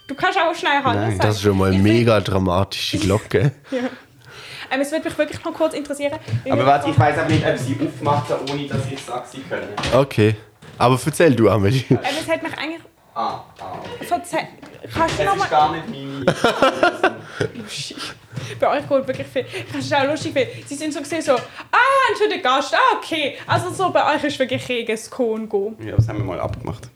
S2: du kannst auch schnell handeln.
S1: Nein,
S2: sag
S3: Das ist schon mal
S2: ich.
S3: eine
S2: Ich find-
S3: mega dramatische Glocke.
S2: Ähm, es würde mich wirklich noch kurz interessieren. weil
S1: Aber
S2: wir-
S1: warte, ich weiß auch nicht, ob sie aufmachen, ohne dass ich sage, sie können.
S3: Okay. Aber erzähl du, Amelie.
S2: Ähm, es hat mich eigentlich
S1: Ah, ah. okay.
S2: verzeiht. Kannst du
S1: Das ist
S2: nochmal.
S1: gar nicht meine.
S2: Bei euch geht wirklich viel. Das ist auch lustig, weil sie sind so gesehen so, ah, ein schöner Gast, ah, okay. Also so, bei euch ist wirklich reges Kongo.
S1: Ja, das haben wir mal abgemacht.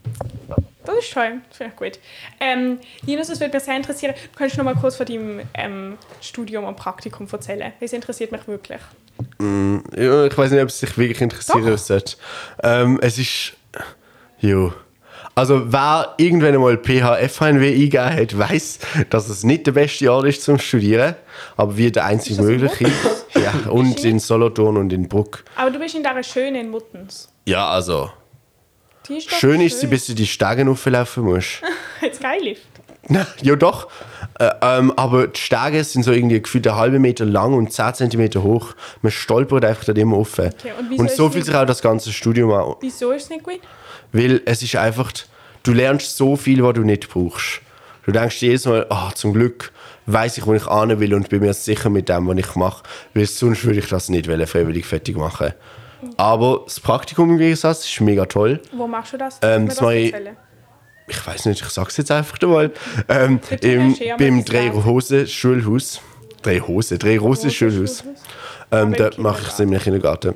S2: Das ist toll, das finde ich gut. Ähm, Linus, es würde mich sehr interessieren, du könntest noch mal kurz von deinem ähm, Studium und Praktikum erzählen. Das interessiert mich wirklich.
S3: Ja, ich weiß nicht, ob es dich wirklich interessieren
S2: Doch.
S3: wird. Ähm, es ist. Jo. Also, wer irgendwann einmal PHFHNW eingegeben hat, weiß, dass es nicht der beste Ort ist zum Studieren, aber wie der einzig
S2: das in
S3: mögliche. Ja, und in Solothurn und in Bruck.
S2: Aber du bist in dieser schönen Muttens.
S3: Ja, also.
S2: Die ist doch
S3: Schön ist sie, bis du die Stegen hochlaufen musst.
S2: Jetzt geil ist.
S3: Na, ja doch. Äh, ähm, aber die Stege sind so irgendwie gefühlt einen halben Meter lang und 10 Zentimeter hoch. Man stolpert einfach da immer offen.
S2: und
S3: und,
S2: wieso
S3: so
S2: ist
S3: fühlt
S2: es-
S3: sich auch das ganze Studium an.
S2: Wieso ist es nicht gut?
S3: Weil es ist einfach, du lernst so viel, was du nicht brauchst. Du denkst dir jedes Mal, ah, zum Glück weiß ich, wo ich an will und bin mir sicher mit dem, was ich mache. Weil sonst würde ich das nicht wollen, freiwillig fertig machen. Aber das Praktikum im Gegensatz ist mega toll.
S2: Wo machst du das?
S3: Ähm,
S2: Darf
S3: das mache
S2: man
S3: ich-
S2: erzählen?
S3: Ich weiß nicht, ich sag's jetzt einfach mal. Ähm,
S2: Bitte,
S3: im,
S2: Herr Scheer,
S3: beim
S2: mit dem Lauf.
S3: Drehhose-Schulhaus. Drehhose, Drehhose-Schulhaus. Ähm,
S2: Aber
S3: dort
S2: im
S3: mache ich es im Kindergarten.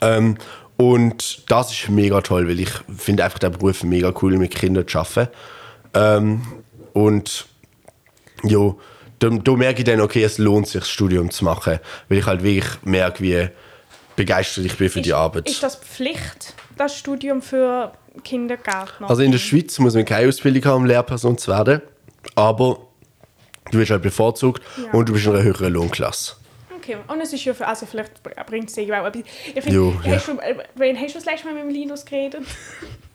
S3: Ähm, und das ist mega toll, weil ich finde einfach den Beruf mega cool, mit Kindern zu arbeiten. Ähm, und ja, da, da merke ich dann, okay, es lohnt sich, das Studium zu machen. Weil ich halt wirklich merke, wie begeistert ich bin für die
S2: Ist-
S3: Arbeit.
S2: Ist das Pflicht, das Studium für Kindergärtner?
S3: Also in der Schweiz muss man keine Ausbildung haben, um Lehrperson zu werden. Aber du wirst halt bevorzugt
S2: Ja.
S3: und du bist in einer höheren Lohnklasse.
S2: Okay, und es ist ja für, also vielleicht bringt es irgendwie auch etwas. Ich
S3: Jo,
S2: finde,
S3: ja.
S2: hast, du- äh, wen hast du das letzte Mal mit dem Linus geredet?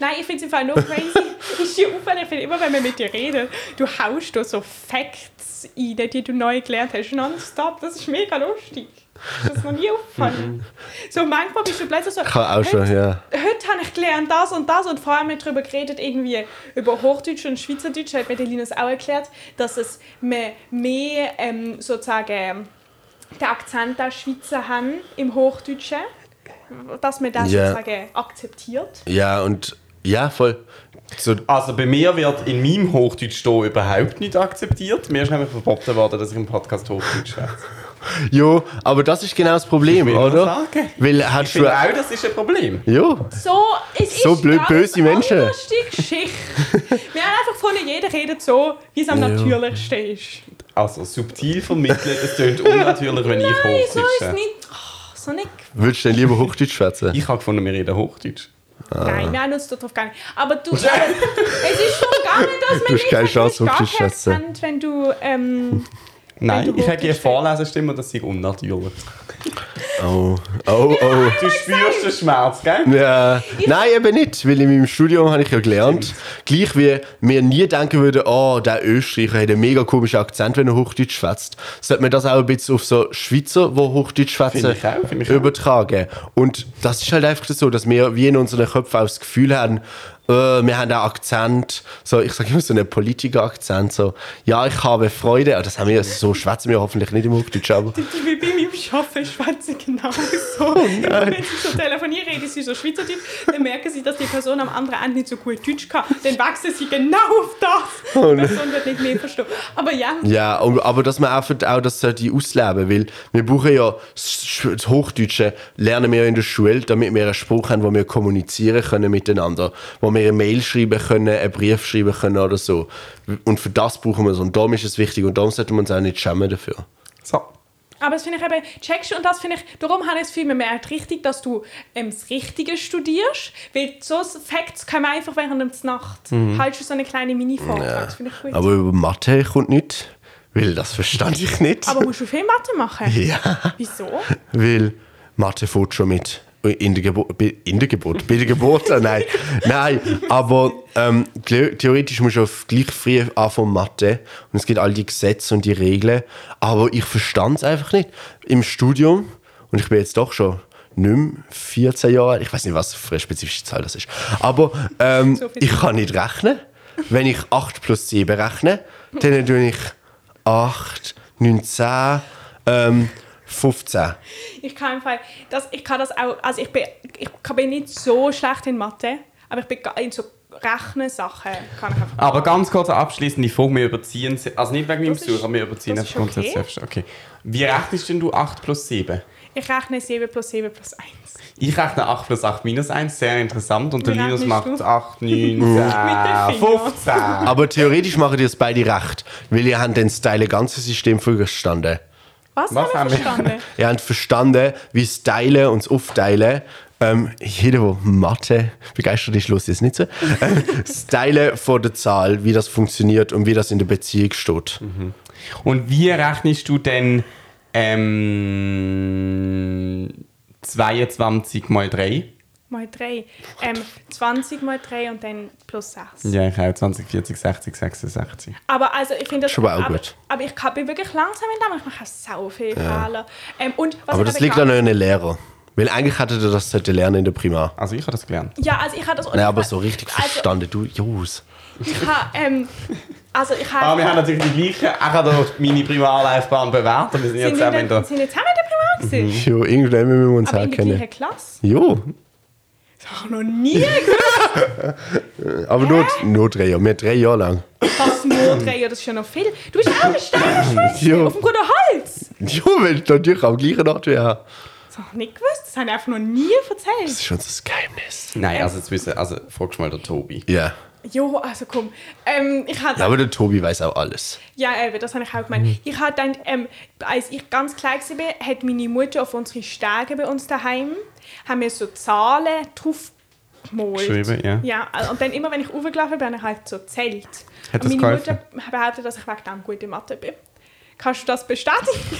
S2: Nein, ich finde es im Fall nur crazy. ist dir auffällig, ich finde immer, wenn wir mit dir reden, du haust da so Facts ein, die du neu gelernt hast, nonstop. Das ist mega lustig. Ist Das noch nie aufgefallen. so manchmal bist du plötzlich so...
S3: Mhm. Ich habe auch schon, ja.
S2: Heute habe ich gelernt das und das und vor allem haben wir darüber geredet, irgendwie über Hochdeutsch und Schweizerdeutsch, hat mir der Linus auch erklärt, dass es mehr, mehr ähm, sozusagen den Akzent der Schweizer haben im Hochdeutschen, dass man das
S3: Ja.
S2: sozusagen akzeptiert.
S3: Ja, und ja, voll. So,
S1: Also bei mir wird in meinem Hochdeutsch hier überhaupt nicht akzeptiert. Mir ist nämlich verboten worden, dass ich im Podcast Hochdeutsch schwätze.
S3: jo, aber das ist genau das Problem,
S1: will
S3: oder?
S1: nur sagen.
S3: Weil
S1: Ich
S3: hast du.
S1: finde auch, das ist ein Problem.
S3: Jo,
S2: So, es
S3: So
S2: ist
S3: blöd
S2: ganz
S3: böse Menschen.
S2: anders die Geschichte. wir haben einfach von jeder redet so, wie es am
S3: Ja.
S2: natürlichsten ist.
S1: Also subtil vermitteln, es tönt unnatürlich, wenn ich
S2: Nein, so
S1: Hochdeutsch
S2: ist es
S1: schwätze.
S2: nicht. Oh, so nicht
S3: würdest du denn lieber Hochdeutsch schwätzen?
S1: Ich habe gefunden, wir reden Hochdeutsch.
S3: Äh.
S2: Nein, wir haben uns darauf gar nicht. Aber du, aber es ist schon gar nicht, dass man
S3: Du hast
S2: nicht
S3: keine
S2: sagt,
S3: Chance,
S2: du hast
S3: auf die
S2: gar keinen
S3: Schätze.
S2: Akzent, wenn du ähm,
S1: Nein,
S2: du
S1: ich habe hier
S2: Hochdeutsch schwätzt.
S1: Vorlesenstimme, das sei unnatürlich.
S3: Oh, oh, oh.
S1: Du spürst den Schmerz, gell?
S3: Ja. Äh, Nein, eben nicht, weil in meinem Studium habe ich ja gelernt, gleich wie wir nie denken würden, oh, der Österreicher hat einen mega komischen Akzent, wenn er Hochdeutsch schwätzt, sollte man das auch ein bisschen auf so Schweizer, die Hochdeutsch schwätzen,
S1: Finde ich auch, finde ich auch.
S3: übertragen. Und das ist halt einfach so, dass wir wie in unseren Köpfen auch das Gefühl haben, äh, wir haben einen Akzent, so, ich sage immer so einen Politiker-Akzent, so, ja, ich habe Freude, Ah, das haben wir, so schwätzen wir hoffentlich nicht im Hochdeutsch, aber
S2: ich bin bei meinem Arbeiten schwätze genau
S3: Oh
S2: so. wenn sie so telefonieren, reden sie so Schweizerdeutsch, dann merken sie, dass die Person am anderen Ende nicht so gut Deutsch kann. Dann wachsen sie genau auf das.
S3: Oh
S2: die Person wird nicht mehr verstehen. Aber ja,
S3: Ja, und- aber dass man auch, auch das sollte ausleben, weil wir brauchen ja das Sch- das Hochdeutsche, lernen wir ja in der Schule, damit wir einen Spruch haben, wo wir kommunizieren können miteinander, wo wir eine Mail schreiben können, einen Brief schreiben können oder so. Und für das brauchen wir es und darum ist es wichtig und darum sollten wir uns auch nicht schämen dafür.
S1: So.
S2: Aber das finde ich eben, checkst du, und das finde ich, darum habe ich das Gefühl, man merkt richtig, dass du ähm, das Richtige studierst, weil so Facts kommen einfach während der Nacht. Haltst du so eine kleine Mini-Vortrag, das finde ich gut.
S3: Aber über Mathe kommt nicht, weil das verstand ich nicht.
S2: Aber musst du viel Mathe machen?
S3: ja,
S2: Wieso?
S3: weil Mathe fährt schon mit. In der, Geburt, in der Geburt, bei der Geburt, Ah, nein, nein, aber ähm, the- theoretisch musst du auf gleich früh anfangen Mathe und es gibt all die Gesetze und die Regeln, aber ich verstand es einfach nicht. Im Studium, und ich bin jetzt doch schon nicht mehr 14 Jahre alt, ich weiß nicht, was für eine spezifische Zahl das ist, aber ähm,
S2: So viel.
S3: ich kann nicht rechnen. Wenn ich 8 plus 7 rechne, dann tue ich 8, 9, 10, ähm, 15.
S2: Ich kann im Fall, das, ich kann das auch, also ich bin, ich kann- bin nicht so schlecht in Mathe, aber ich bin ga- in so Rechnen-Sachen kann ich einfach.
S1: Aber ganz kurz eine abschließende Frage, wir überziehen, sie- also nicht wegen meinem
S2: Das ist-
S1: Besuch, aber wir überziehen
S2: das
S1: einfach
S2: ist okay.
S1: grundsätzlich. öfter. okay. Wie rechnest denn du 8 plus 7?
S2: Ich rechne 7 plus 7 plus 1.
S1: Ich rechne 8 plus 8 minus 1, sehr interessant. Und der
S2: Wie
S1: Linus
S2: rechnest
S1: macht
S2: du?
S1: 8, 9,
S2: Fingern.
S1: 10, 15.
S3: Aber theoretisch machen die es beide recht, weil ihr habt dann das Teil- ganze System verstanden.
S2: Was,
S1: Was
S2: haben
S1: haben
S2: wir
S1: wir?
S2: verstanden?
S3: Ihr habt verstanden, wie das Teilen und das Aufteilen, ähm, jeder, der Mathe begeistert ist, los jetzt nicht so, ähm, das Teilen von der Zahl, wie das funktioniert und wie das in der Beziehung steht.
S2: Mhm.
S1: Und wie rechnest du denn ähm, 22 mal 3?
S2: mal 3. Ähm, 20 mal 3 und dann plus 6.
S1: Ja, ich auch 20, 40, 60, 66.
S2: Aber also ich finde das...
S3: Schon mal auch
S2: aber,
S3: gut.
S2: aber ich kann- bin wirklich langsam in dem, ich mache sau viele Fehler. Ähm, und was
S3: Aber
S2: ich
S3: das liegt
S2: gar-
S3: an euren Lehrern. Weil eigentlich hättet ihr das sollten lernen in der Primar.
S1: Also ich habe das gelernt.
S2: Ja, also ich habe das...
S3: Nein, aber so richtig
S2: also,
S3: verstanden, du Jus.
S2: ich habe, ähm, also ich habe...
S1: Aber Ah, wir haben natürlich die gleichen. Ich habe doch meine Primarlaufbahn bewertet. Wir sind jetzt
S2: sind
S1: zusammen in
S2: wir
S1: der...
S2: sind jetzt zusammen in der Primat gewesen?
S3: Jo, irgendwann müssen Mhm. wir uns
S2: Aber in der
S3: herkennen.
S2: gleichen Klasse?
S3: Jo,
S2: Das habe ich noch nie gesehen.
S3: aber nur, nur drei Jahre. Wir drei Jahre lang.
S2: Was nur drei, ja, das ist ja noch viel. Du bist auch eine Sternenschwester
S3: Jo.
S2: auf dem guten Hals.
S3: Jo, weil ich natürlich am gleichen Ort wäre.
S2: Das habe ich nicht gewusst, das habe ich einfach noch nie
S3: Das
S2: erzählt.
S3: ist unser Geheimnis.
S1: Nein, also jetzt wissen... Also fragst du mal den Tobi.
S3: Ja.
S2: Jo, also komm. Ähm, ich hatte,
S3: Ja, aber der Tobi weiß auch alles.
S2: ja, eben, das habe ich auch
S1: Mhm.
S2: gemeint. Ich habe dann, ähm, als ich ganz klein war, hat meine Mutter auf unsere Stege bei uns daheim, haben wir so Zahlen drauf
S1: Geschrieben, ja.
S2: Ja, also- und dann immer, wenn ich hochgelaufen bin, habe ich halt so zählt.
S1: Hat das
S2: und meine
S1: geholfen?
S2: Mutter behauptet, dass ich wegen dem gut in Mathe bin. Kannst du das bestätigen?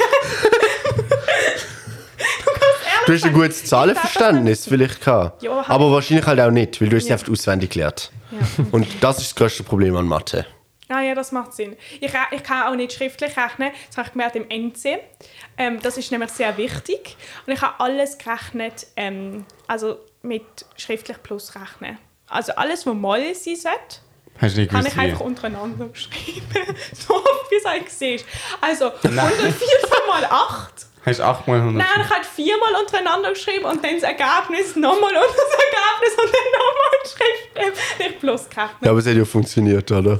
S3: Du hast ein gutes Zahlenverständnis vielleicht gehabt.
S2: Ja, hab
S3: aber wahrscheinlich halt auch nicht, weil du hast
S2: Ja.
S3: es einfach auswendig gelernt. Und das ist das größte Problem an Mathe.
S2: Ah ja, das macht Sinn. Ich, rä- ich kann auch nicht schriftlich rechnen. Das habe ich gemerkt im NC. Ähm, das ist nämlich sehr wichtig. Und ich habe alles gerechnet, ähm, also mit schriftlich plus rechnen. Also alles, was mal sein sollte,
S1: Hast du nicht
S2: kann ich
S1: gewusst,
S2: einfach
S1: wie?
S2: untereinander schreiben. so oft, wie es eigentlich siehst. Also 104 mal 8.
S1: Hast du 8 mal 100...
S2: Nein, ich habe viermal untereinander geschrieben und dann das Ergebnis nochmal und das Ergebnis und dann nochmal schriftlich nicht plus gerechnet.
S3: Ja, aber es hat ja funktioniert, oder?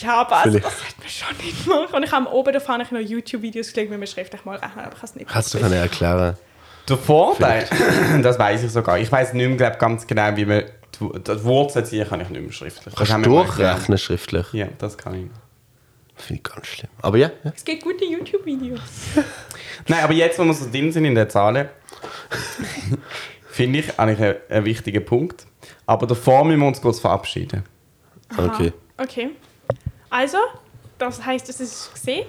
S2: Ja, aber also,
S3: Vielleicht.
S2: das hätte man schon nicht machen. Und ich habe oben davon habe ich noch YouTube-Videos gelegt, wenn man schriftlich mal rechnen, aber ich habe es nicht
S3: Kannst du
S2: gemacht.
S3: dir erklären?
S1: Der Vorteil, das weiß ich sogar. Ich weiß nicht mehr glaub, ganz genau, wie man die, die Wurzeln ziehen kann ich nicht mehr schriftlich. Das
S3: Kannst du
S1: haben wir mal gelernt.
S3: durchrechnen schriftlich?
S1: Ja, das kann ich.
S3: Finde ich ganz schlimm. Aber ja, ja.
S2: Es gibt gute YouTube-Videos.
S1: Nein, aber jetzt, wo wir so drin sind in der Zahlen, finde ich eigentlich einen, einen wichtigen Punkt. Aber davor müssen wir uns kurz verabschieden.
S3: okay.
S2: Ah, okay. Also, das heisst, es ist gesehen.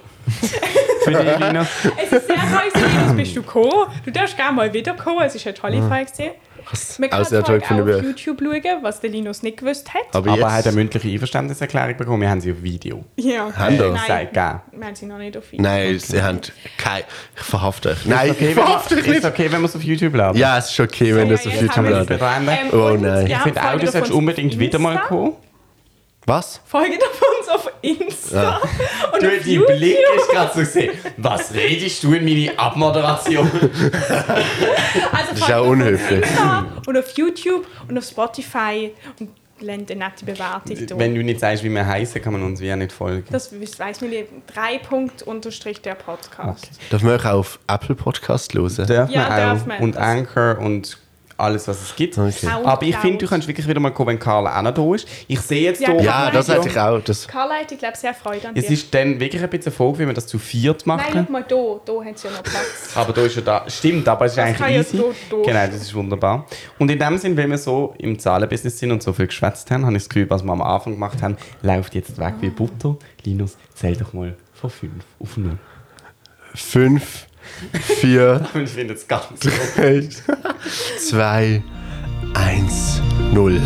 S1: Für dich, Lina.
S2: Es ist sehr toll gewesen, jetzt bist du gekommen. Du darfst gerne mal wieder kommen, es ist eine tolle Folge gewesen. Man kann
S3: Ah. Auch
S2: also,
S3: sehr
S2: auch
S3: toll gefunden
S2: auf
S3: bin ich.
S2: YouTube schauen, was der Linus nicht gewusst hat.
S3: Aber,
S1: Aber er hat
S3: jetzt...
S1: eine mündliche Einverständniserklärung bekommen. Wir haben sie auf Video.
S2: ja. Äh,
S3: Haben wir?
S1: Sei
S2: Nein,
S1: gern.
S2: wir haben sie noch nicht auf Video.
S3: Nein, sie haben kein... Ich verhafte euch. Nein, ich
S1: wenn
S3: verhafte
S1: wir-
S3: euch nicht.
S1: Ist okay, wenn wir es auf YouTube laden?
S3: Ja, es ist okay, wenn
S2: Ja,
S3: das auf
S2: jetzt
S3: YouTube
S2: haben wir es.
S3: laden.
S1: laden.
S2: Ähm,
S3: Oh
S2: und
S3: nein.
S2: wir
S1: ich
S2: haben
S1: finde auch,
S2: Folgen
S1: du
S2: auf
S1: solltest
S2: uns
S1: unbedingt wieder mal
S2: Insta.
S1: kommen.
S3: Was?
S2: Folgt auf uns auf Insta und
S1: Du,
S2: auf
S1: die
S2: YouTube.
S1: Blick ist gerade so gesehen. Was redest du in meine Abmoderation?
S2: Also
S3: Das ist auch unhöflich.
S2: Insta und auf YouTube und auf Spotify und lernt eine nette Bewertung da.
S1: Wenn du nicht sagst, wie wir heißen, kann man uns wie auch nicht folgen.
S2: das weiß man nicht. Drei Punkt unterstrich der Podcast.
S3: Darf man euch auch auf Apple Podcast hören?
S1: Darf
S2: Ja,
S1: man
S2: darf
S1: auch.
S2: man.
S1: Und
S2: Das-
S1: Anchor und alles, was es gibt.
S3: Okay.
S2: Soundcloud.
S1: Aber ich finde, du kannst wirklich wieder mal kommen, wenn Carla auch noch da ist. Ich sehe jetzt
S2: Ja, genau.
S1: hier...
S3: Ja,
S2: Nein,
S3: das
S2: ja.
S3: hätte ich auch. Das,
S2: Carla hat, ich glaube, sehr Freude an dir.
S1: Es ist dann wirklich ein bisschen Folge, wie wir das zu viert
S2: Nein, schau
S1: machen.
S2: mal, da, da hat sie ja noch Platz.
S1: aber da ist ja da. Stimmt, aber es ist
S2: Das kann ja
S1: eigentlich easy.
S2: so durch.
S1: Genau, das ist wunderbar. Und in dem Sinn, wenn wir so im Zahlenbusiness sind und so viel geschwätzt haben, habe ich das Gefühl, was wir am Anfang gemacht haben, läuft jetzt weg wie Butter. Linus, zähl doch mal von 5 auf 0.
S3: fünf, vier,
S1: Und ich finde es ganz
S3: drei, zwei, eins, null.